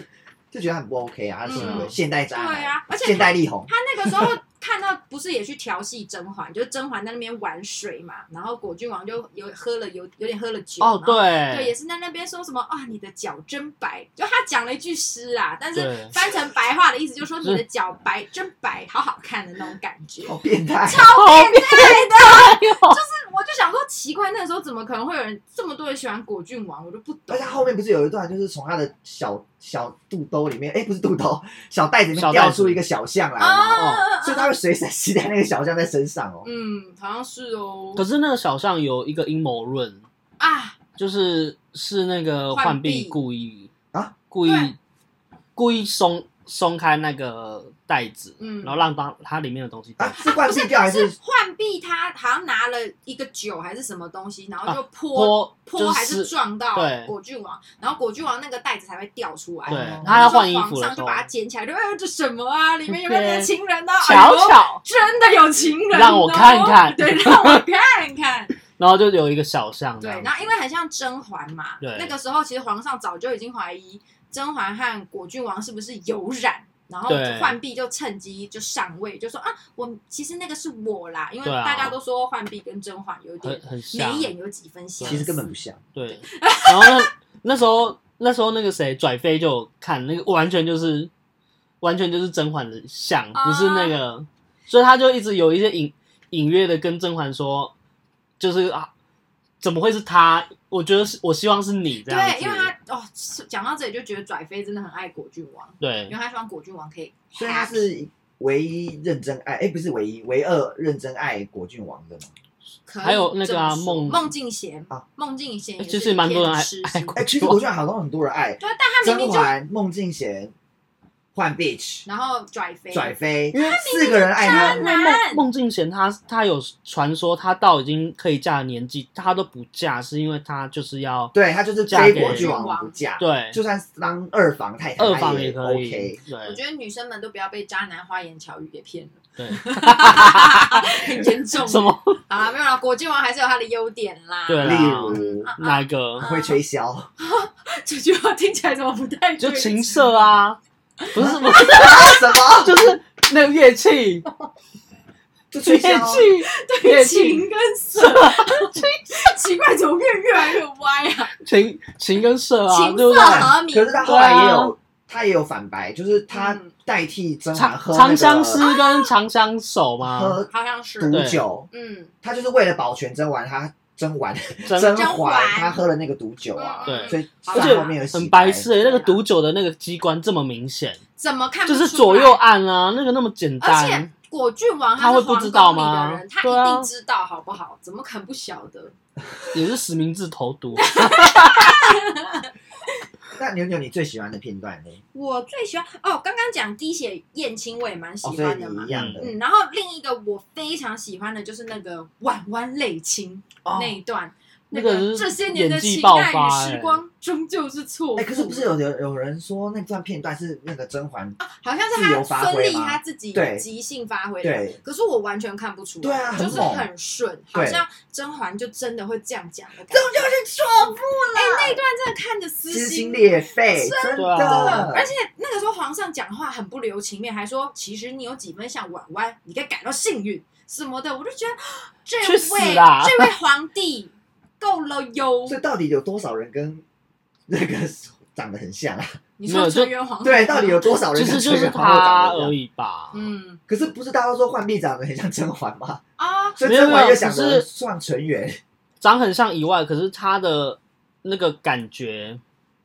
[SPEAKER 3] 就觉得他很不 OK 啊，他是一个
[SPEAKER 1] 嗯
[SPEAKER 3] 现代渣男，
[SPEAKER 2] 对啊，而且
[SPEAKER 3] 现代力宏，
[SPEAKER 2] 他那个时候看到不是也去调戏甄嬛，就是甄嬛在那边玩水嘛，然后果郡王就有喝了有有点喝了
[SPEAKER 1] 哦，
[SPEAKER 2] 酒，然后
[SPEAKER 1] 对，
[SPEAKER 2] 啊对，也是在那边说什么啊，你的脚真白，就他讲了一句诗啊，但是
[SPEAKER 1] 对
[SPEAKER 2] 翻成白话的意思就是说你的脚白真白，好好看的那种感觉。
[SPEAKER 3] 好变 态，
[SPEAKER 1] 好变态哦！
[SPEAKER 2] 我就想说奇怪，那个时候怎么可能会有人这么多人喜欢果郡王？我就不懂。
[SPEAKER 3] 而且他后面不是有一段，就是从他的小小肚兜里面，哎、不是肚兜，小袋子里面
[SPEAKER 1] 小袋子
[SPEAKER 3] 掉出一个小象来嘛，哦
[SPEAKER 2] 啊，
[SPEAKER 3] 所以他会随身携带那个小象在身上哦。
[SPEAKER 2] 嗯，好像是哦
[SPEAKER 1] 可。是那个小象有一个阴谋论，
[SPEAKER 2] 啊，
[SPEAKER 1] 就是是那个
[SPEAKER 2] 浣
[SPEAKER 1] 浣碧
[SPEAKER 2] 碧
[SPEAKER 1] 故意
[SPEAKER 3] 啊，
[SPEAKER 1] 故意
[SPEAKER 2] 对
[SPEAKER 1] 故意松松开那个袋子，
[SPEAKER 2] 嗯
[SPEAKER 1] 然后让当它里面的东西掉
[SPEAKER 3] 啊，
[SPEAKER 1] 下来
[SPEAKER 3] 是浣碧掉还
[SPEAKER 2] 是
[SPEAKER 3] 是
[SPEAKER 2] 浣碧他好像拿了一个酒还是什么东西，然后就泼、
[SPEAKER 1] 啊泼
[SPEAKER 2] 泼还
[SPEAKER 1] 就是
[SPEAKER 2] 撞到
[SPEAKER 1] 对
[SPEAKER 2] 果郡王，然后果郡王那个袋子才会掉出来。
[SPEAKER 1] 对
[SPEAKER 3] 然后，
[SPEAKER 1] 他要换衣
[SPEAKER 2] 就
[SPEAKER 1] 服的
[SPEAKER 2] 是皇上
[SPEAKER 1] 时
[SPEAKER 2] 就
[SPEAKER 1] 候，
[SPEAKER 2] 把它捡起来，就哎这什么啊？里面有没 有你的情人呢、啊？哎
[SPEAKER 1] 巧
[SPEAKER 2] 呦
[SPEAKER 1] 巧，
[SPEAKER 2] 真的有情人、哦，
[SPEAKER 1] 让我看看
[SPEAKER 2] 对，让我看看。
[SPEAKER 1] 然后就有一个小象这样
[SPEAKER 2] 对，
[SPEAKER 1] 子，
[SPEAKER 2] 然后因为很像甄嬛嘛，
[SPEAKER 1] 对
[SPEAKER 2] 那个时候其实皇上早就已经怀疑甄嬛和果郡王是不是有染。然后
[SPEAKER 1] 对
[SPEAKER 2] 浣碧就趁机就上位，就说啊，我其实那个是我啦，因为
[SPEAKER 1] 对啊
[SPEAKER 2] 大家都说浣碧跟甄嬛有点
[SPEAKER 1] 很很像
[SPEAKER 2] 眉，眼有几分相似，
[SPEAKER 3] 其实根本不像，
[SPEAKER 1] 对。然后那那时候那时候那个谁拽飞就有看那个完全就是完全就是甄嬛的像，
[SPEAKER 2] 啊
[SPEAKER 1] 不是那个，所以他就一直有一些隐隐约的跟甄嬛说，就是啊，怎么会是他？我觉得是我希望是你这样子，
[SPEAKER 2] 对，因为他哦，讲到这里就觉得拽妃真的很爱果郡王，因为
[SPEAKER 1] 对
[SPEAKER 2] 他希望果郡王可以，
[SPEAKER 3] 所以他是唯一认真爱，哎、不是唯一，唯二认真爱果郡王的嘛？
[SPEAKER 2] 可以
[SPEAKER 1] 还有那个啊
[SPEAKER 2] 这么说
[SPEAKER 1] 孟
[SPEAKER 2] 孟静贤
[SPEAKER 3] 啊，
[SPEAKER 2] 孟静贤也
[SPEAKER 1] 其
[SPEAKER 2] 是
[SPEAKER 1] 实蛮多人爱
[SPEAKER 2] 偏痴心
[SPEAKER 1] 爱果
[SPEAKER 3] 哎、其实果郡王好像很多人爱，
[SPEAKER 2] 对，但他明
[SPEAKER 3] 甄
[SPEAKER 2] 明就
[SPEAKER 3] 嬛、孟静娴、浣碧、
[SPEAKER 2] 然后拽妃，
[SPEAKER 3] 拽妃，
[SPEAKER 1] 因为
[SPEAKER 3] 四个人爱他
[SPEAKER 2] 渣
[SPEAKER 1] 因
[SPEAKER 2] 男
[SPEAKER 1] 为哎孟孟静娴她她有传说，她到已经可以嫁的年纪，她都不嫁，是因为她就是要
[SPEAKER 3] 对他就是
[SPEAKER 1] 嫁
[SPEAKER 3] 非
[SPEAKER 1] 给
[SPEAKER 3] 果郡王不嫁，
[SPEAKER 1] 对
[SPEAKER 3] 就算当二房太太，
[SPEAKER 1] 二房
[SPEAKER 3] 他也
[SPEAKER 1] 可以
[SPEAKER 3] OK。
[SPEAKER 2] 我
[SPEAKER 1] 对
[SPEAKER 2] 觉得女生们都不要被渣男花言巧语给骗了，
[SPEAKER 1] 对，
[SPEAKER 2] 很严重。
[SPEAKER 1] 什么
[SPEAKER 2] 好啦，没有啦，果郡王还是有他的优点啦。
[SPEAKER 1] 对
[SPEAKER 3] 例
[SPEAKER 1] 啦，
[SPEAKER 3] 如
[SPEAKER 2] 啊
[SPEAKER 1] 哪一个？
[SPEAKER 3] 会吹箫，
[SPEAKER 2] 这句话听起来怎么不太
[SPEAKER 1] 就
[SPEAKER 2] 对
[SPEAKER 1] 琴瑟啊， 不是不是，
[SPEAKER 3] 什么
[SPEAKER 1] 就是那个乐器，
[SPEAKER 3] 就
[SPEAKER 1] 乐
[SPEAKER 3] 吹箫啊，
[SPEAKER 1] 器，乐
[SPEAKER 2] 对
[SPEAKER 1] 器，
[SPEAKER 2] 琴跟瑟， 奇怪，怎么越越来越歪啊？
[SPEAKER 1] 琴琴跟瑟啊，
[SPEAKER 2] 琴
[SPEAKER 1] 对不
[SPEAKER 2] 瑟
[SPEAKER 1] 对？
[SPEAKER 2] 和鸣
[SPEAKER 3] 可是他后来也
[SPEAKER 1] 对啊
[SPEAKER 3] 有，他也有反白，就是他
[SPEAKER 2] 嗯
[SPEAKER 3] 代替甄嬛
[SPEAKER 1] 长
[SPEAKER 3] 喝
[SPEAKER 1] 长相思
[SPEAKER 3] 那
[SPEAKER 1] 跟长相守
[SPEAKER 3] 个
[SPEAKER 1] 嘛，
[SPEAKER 3] 喝
[SPEAKER 2] 好像是，
[SPEAKER 3] 毒
[SPEAKER 1] 对
[SPEAKER 3] 酒，
[SPEAKER 2] 嗯，
[SPEAKER 3] 他就是为了保全甄嬛，他甄 嬛
[SPEAKER 1] 真
[SPEAKER 3] 甄
[SPEAKER 2] 甄
[SPEAKER 3] 嬛
[SPEAKER 2] 嬛
[SPEAKER 3] 他喝了那个毒酒啊，
[SPEAKER 1] 对
[SPEAKER 3] 所以
[SPEAKER 2] 而
[SPEAKER 1] 而
[SPEAKER 2] 且
[SPEAKER 3] 算后面有
[SPEAKER 1] 且
[SPEAKER 3] 洗
[SPEAKER 1] 很
[SPEAKER 3] 白啊
[SPEAKER 1] 白痴欸，那个毒酒的那个机关这么明显，
[SPEAKER 2] 怎么看不
[SPEAKER 1] 就
[SPEAKER 2] 出来
[SPEAKER 1] 是左右，暗啊，那个那么简
[SPEAKER 2] 而且
[SPEAKER 1] 单，
[SPEAKER 2] 果郡王
[SPEAKER 1] 他
[SPEAKER 2] 是
[SPEAKER 1] 会
[SPEAKER 2] 皇
[SPEAKER 1] 不知道
[SPEAKER 2] 宫里的
[SPEAKER 1] 吗
[SPEAKER 2] 人，他
[SPEAKER 1] 对
[SPEAKER 2] 一
[SPEAKER 1] 啊
[SPEAKER 2] 定知道，好不好？怎么可能不晓得？
[SPEAKER 1] 也是实名制投 毒，
[SPEAKER 3] 那牛牛，你最喜欢的片段呢？
[SPEAKER 2] 我最喜欢哦，刚刚讲滴血验亲，我也蛮喜
[SPEAKER 3] 哦，所以
[SPEAKER 2] 欢的嘛
[SPEAKER 3] 你一。样的，
[SPEAKER 2] 嗯，然后另一个我非常喜欢的就是那个婉婉泪亲、
[SPEAKER 3] 哦
[SPEAKER 2] 那一段，
[SPEAKER 1] 那
[SPEAKER 2] 那
[SPEAKER 1] 个
[SPEAKER 2] 个
[SPEAKER 1] 是
[SPEAKER 2] 这些年的
[SPEAKER 1] 演技
[SPEAKER 2] 情
[SPEAKER 1] 爆
[SPEAKER 2] 爱
[SPEAKER 1] 发
[SPEAKER 2] 与
[SPEAKER 1] 欸
[SPEAKER 2] 时光终究是错。
[SPEAKER 3] 哎，可是不是有有有人说那段片段是那个甄嬛？
[SPEAKER 2] 好像是
[SPEAKER 3] 自由
[SPEAKER 2] 他
[SPEAKER 3] 发挥吗
[SPEAKER 2] 孙俪他自己
[SPEAKER 3] 对
[SPEAKER 2] 即兴发挥的，
[SPEAKER 3] 对，
[SPEAKER 2] 可是我完全看不出来，
[SPEAKER 3] 对啊
[SPEAKER 2] 就是
[SPEAKER 3] 很猛
[SPEAKER 2] 很顺，好
[SPEAKER 3] 对
[SPEAKER 2] 像甄嬛就真的会这样讲的感觉。
[SPEAKER 3] 这就是错
[SPEAKER 2] 哎、那一段真的看着撕
[SPEAKER 3] 撕
[SPEAKER 2] 心
[SPEAKER 3] 心裂肺，真
[SPEAKER 1] 对啊
[SPEAKER 3] 的，
[SPEAKER 2] 嗯而且那个时候皇上讲话很不留情面，还说其实你有几分像婉婉，你该感到幸运什么的，我就觉得 这
[SPEAKER 1] 去死啊
[SPEAKER 2] 位
[SPEAKER 1] 啦
[SPEAKER 2] 这位皇帝够了
[SPEAKER 1] 哦
[SPEAKER 2] 哟
[SPEAKER 3] 所。以到底有多少 人跟那个长得很像啊？
[SPEAKER 2] 你
[SPEAKER 1] 没
[SPEAKER 2] 说
[SPEAKER 1] 有
[SPEAKER 2] 纯
[SPEAKER 1] 就
[SPEAKER 2] 元皇后
[SPEAKER 3] 对，到底有多少人
[SPEAKER 1] 其
[SPEAKER 3] 跟
[SPEAKER 1] 实就
[SPEAKER 3] 崔
[SPEAKER 1] 哦是
[SPEAKER 3] 元皇后长
[SPEAKER 1] 他
[SPEAKER 3] 得一
[SPEAKER 1] 而
[SPEAKER 3] 样？
[SPEAKER 1] 已吧，
[SPEAKER 2] 嗯
[SPEAKER 3] 可是不是大家都说浣碧长得很像甄嬛 吗？
[SPEAKER 2] 啊，
[SPEAKER 3] 所以
[SPEAKER 1] 没有
[SPEAKER 3] 甄嬛
[SPEAKER 1] 没
[SPEAKER 3] 又
[SPEAKER 1] 有
[SPEAKER 3] 想
[SPEAKER 1] 只
[SPEAKER 3] 着
[SPEAKER 1] 是
[SPEAKER 3] 算纯元，
[SPEAKER 1] 长很像以外，可是他的那个感觉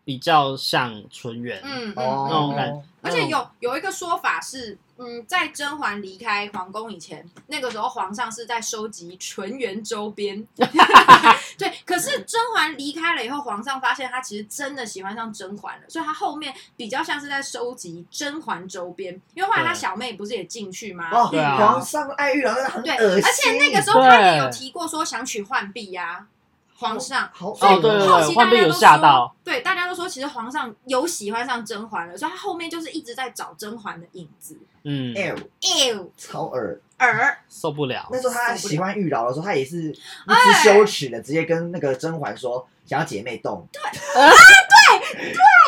[SPEAKER 1] 比较像纯元，
[SPEAKER 2] 嗯嗯
[SPEAKER 1] 那种
[SPEAKER 2] 嗯，
[SPEAKER 1] 感
[SPEAKER 3] 哦，
[SPEAKER 2] 而且有有一个说法是，嗯，在甄嬛离开皇宫以前，那个时候皇上是在收集纯元周边。 对，可是甄嬛离开了以后，皇上发现他其实真的喜欢上甄嬛了，所以他后面比较像是在收集甄嬛周边，因为后来他
[SPEAKER 1] 对
[SPEAKER 2] 小妹不是也进去吗？
[SPEAKER 3] 哦，
[SPEAKER 1] 对啊
[SPEAKER 3] 皇上爱玉郎真的很
[SPEAKER 2] 对，
[SPEAKER 3] 恶
[SPEAKER 2] 而
[SPEAKER 3] 心，
[SPEAKER 2] 且那个时候他
[SPEAKER 1] 对
[SPEAKER 2] 也有提过说想娶浣碧呀，皇上。
[SPEAKER 3] 好
[SPEAKER 2] 所以
[SPEAKER 1] 哦对对对
[SPEAKER 2] 后期大
[SPEAKER 1] 浣碧
[SPEAKER 2] 家
[SPEAKER 1] 有
[SPEAKER 2] 都
[SPEAKER 1] 吓
[SPEAKER 2] 说
[SPEAKER 1] 到，
[SPEAKER 2] 对，大家都说其实皇上有喜欢上甄嬛了，所以他后面就是一直在找甄嬛的影子。
[SPEAKER 1] 嗯，
[SPEAKER 3] 哎呦，
[SPEAKER 2] 哎呦，
[SPEAKER 3] 超恶。
[SPEAKER 2] 尔
[SPEAKER 1] 哦受不了，
[SPEAKER 3] 那时候他喜欢玉娆的时候，他也是不
[SPEAKER 2] 哎
[SPEAKER 3] 知羞耻的，直接跟那个甄嬛说想要姐妹洞，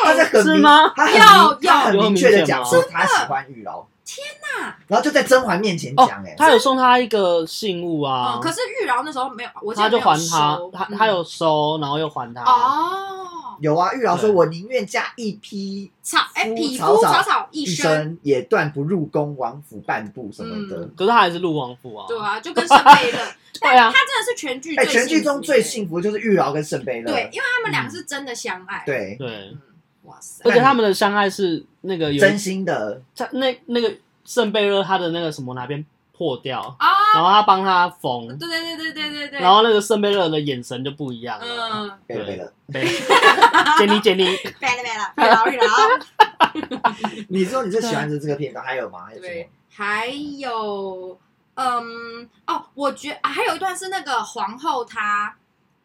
[SPEAKER 3] 他是很
[SPEAKER 1] 是
[SPEAKER 3] 明
[SPEAKER 1] 吗
[SPEAKER 3] 他很明
[SPEAKER 2] 要
[SPEAKER 3] 他很
[SPEAKER 1] 要
[SPEAKER 3] 明确
[SPEAKER 1] 有
[SPEAKER 3] 的
[SPEAKER 1] 明显
[SPEAKER 3] 讲
[SPEAKER 1] 吗
[SPEAKER 3] 说他喜欢雨柔。天哪！然后就在甄嬛面前
[SPEAKER 1] 哦
[SPEAKER 3] 讲，哎，
[SPEAKER 1] 他有送他一个信物啊
[SPEAKER 2] 哦，，可是玉娆那时候没有，我记
[SPEAKER 1] 他
[SPEAKER 2] 得
[SPEAKER 1] 就
[SPEAKER 2] 没有
[SPEAKER 1] 还他
[SPEAKER 2] 收，
[SPEAKER 1] 他
[SPEAKER 2] 嗯
[SPEAKER 1] 他有收，然后又还他。
[SPEAKER 2] 哦，
[SPEAKER 3] 有啊，玉娆说
[SPEAKER 1] 对
[SPEAKER 3] 我宁愿嫁一匹
[SPEAKER 2] 草哎，
[SPEAKER 3] 夫
[SPEAKER 2] 匹夫
[SPEAKER 3] 草草
[SPEAKER 2] 草草一
[SPEAKER 3] 一
[SPEAKER 2] 生，
[SPEAKER 3] 生，也断不入宫王府半步什么的
[SPEAKER 2] 嗯。
[SPEAKER 1] 可是他还是陆王府啊。
[SPEAKER 2] 对啊，就跟圣 杯的，
[SPEAKER 1] 对啊
[SPEAKER 2] 但他真的是全剧
[SPEAKER 3] 哎，
[SPEAKER 2] 最
[SPEAKER 3] 全剧
[SPEAKER 2] 幸福
[SPEAKER 3] 中最
[SPEAKER 2] 的
[SPEAKER 3] 幸福的就是玉娆跟圣杯了。
[SPEAKER 2] 对，因为他们两个是真的相爱，，
[SPEAKER 3] 对，
[SPEAKER 1] 对，
[SPEAKER 2] 嗯，哇塞
[SPEAKER 1] 而，且他们的相爱是那个有
[SPEAKER 3] 真心的，
[SPEAKER 1] 他那那个圣贝勒他的那个什么哪边破掉，
[SPEAKER 2] 啊，
[SPEAKER 1] 然后他帮他缝，
[SPEAKER 2] 对对对对对对对，
[SPEAKER 1] 然后那个圣贝勒的眼神就不一样了。
[SPEAKER 2] 嗯，
[SPEAKER 3] 对
[SPEAKER 1] 对
[SPEAKER 3] 对了。
[SPEAKER 1] 对， 杰尼杰尼，
[SPEAKER 2] 没了没了，玉娆玉
[SPEAKER 3] 哦
[SPEAKER 2] 娆，
[SPEAKER 3] 你说你最喜欢的这个片段还有吗？还有什么
[SPEAKER 2] 对？，还有，嗯，哦，我觉啊还有一段是那个皇后她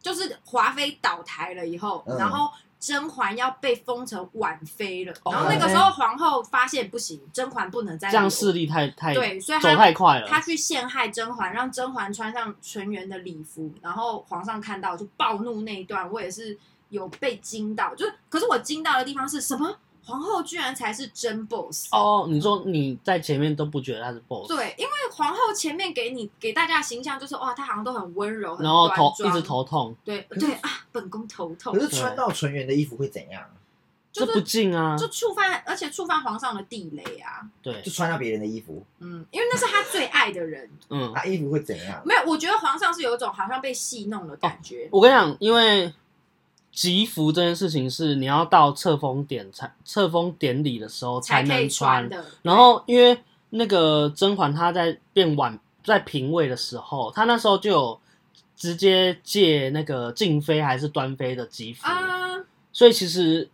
[SPEAKER 2] 就是华妃倒台了以后，
[SPEAKER 3] 嗯
[SPEAKER 2] 然后。甄嬛要被封成婉妃了，
[SPEAKER 1] 哦
[SPEAKER 2] 然后那个时候皇后发现不行，甄嬛不能再
[SPEAKER 1] 这样
[SPEAKER 2] 留
[SPEAKER 1] 势力太太
[SPEAKER 2] 对，所以
[SPEAKER 1] 走
[SPEAKER 2] 她
[SPEAKER 1] 太快了。
[SPEAKER 2] 她去陷害甄嬛，让甄嬛穿上纯元的礼服，然后皇上看到就暴怒那一段，我也是有被惊到，就是可是我惊到的地方是什么？皇后居然才是真 boss
[SPEAKER 1] 哦，你说你在前面都不觉得他是 boss，
[SPEAKER 2] 对，因为皇后前面给你给大家的形象就是哇，她好像都很温柔，很
[SPEAKER 1] 然后
[SPEAKER 2] 端
[SPEAKER 1] 头一
[SPEAKER 2] 庄
[SPEAKER 1] 直，头痛，
[SPEAKER 2] 对对啊，本宫头痛
[SPEAKER 3] 可，是穿到纯元的衣服会怎样？
[SPEAKER 2] 就
[SPEAKER 1] 这不
[SPEAKER 2] 是
[SPEAKER 1] 近啊
[SPEAKER 2] 就。触犯，而且触犯皇上的地雷啊，
[SPEAKER 1] 对
[SPEAKER 3] 就，穿到别人的衣服，
[SPEAKER 2] 嗯，因为那是他最爱的人，
[SPEAKER 1] 嗯，
[SPEAKER 3] 他衣服会怎样？
[SPEAKER 2] 没有，我觉得皇上是有一种好像被戏弄的感觉，
[SPEAKER 1] 我跟你讲，因为吉服这件事情是你要到册封典才册封典礼的时候
[SPEAKER 2] 才可
[SPEAKER 1] 能
[SPEAKER 2] 以
[SPEAKER 1] 穿，
[SPEAKER 2] 的，
[SPEAKER 1] 然后因为那个甄嬛她在变晚在平位的时候，她那时候就有直接借那个静妃还是端妃的吉服，
[SPEAKER 2] 啊，
[SPEAKER 1] 所以其实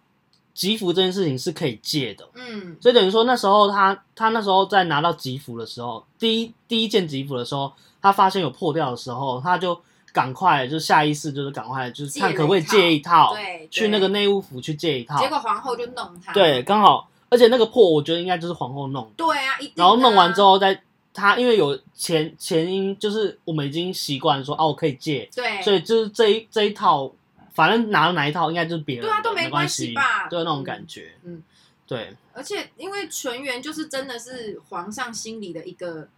[SPEAKER 1] 吉服这件事情是可以借的。
[SPEAKER 2] 嗯，
[SPEAKER 1] 所以等于说那时候她她那时候在拿到吉服的时候，第一第一件吉服的时候，她发现有破掉的时候，她就赶快就下意识就是赶快就是
[SPEAKER 2] 借
[SPEAKER 1] 看
[SPEAKER 2] 了
[SPEAKER 1] 可不可以
[SPEAKER 2] 一套
[SPEAKER 1] 借一套，
[SPEAKER 2] 对，
[SPEAKER 1] 去那
[SPEAKER 2] 对
[SPEAKER 1] 个内务府去借一套。
[SPEAKER 2] 结果皇后就弄他，
[SPEAKER 1] 对，刚好，而且那个破我觉得应该就是皇后弄的。
[SPEAKER 2] 对啊，一定
[SPEAKER 1] 然后弄完之
[SPEAKER 2] 后，
[SPEAKER 1] 后再他因为有前前因，就是我们已经习惯说哦、我可以借，
[SPEAKER 2] 对，
[SPEAKER 1] 所以就是这一这一套，反正拿了哪一套应该就是别人的，
[SPEAKER 2] 对啊都没
[SPEAKER 1] 没
[SPEAKER 2] 关系
[SPEAKER 1] 系
[SPEAKER 2] 吧
[SPEAKER 1] 对那种
[SPEAKER 2] 嗯
[SPEAKER 1] 感觉，
[SPEAKER 2] 嗯
[SPEAKER 1] 对，
[SPEAKER 2] 而且因为纯元就是真的是皇上心里的一个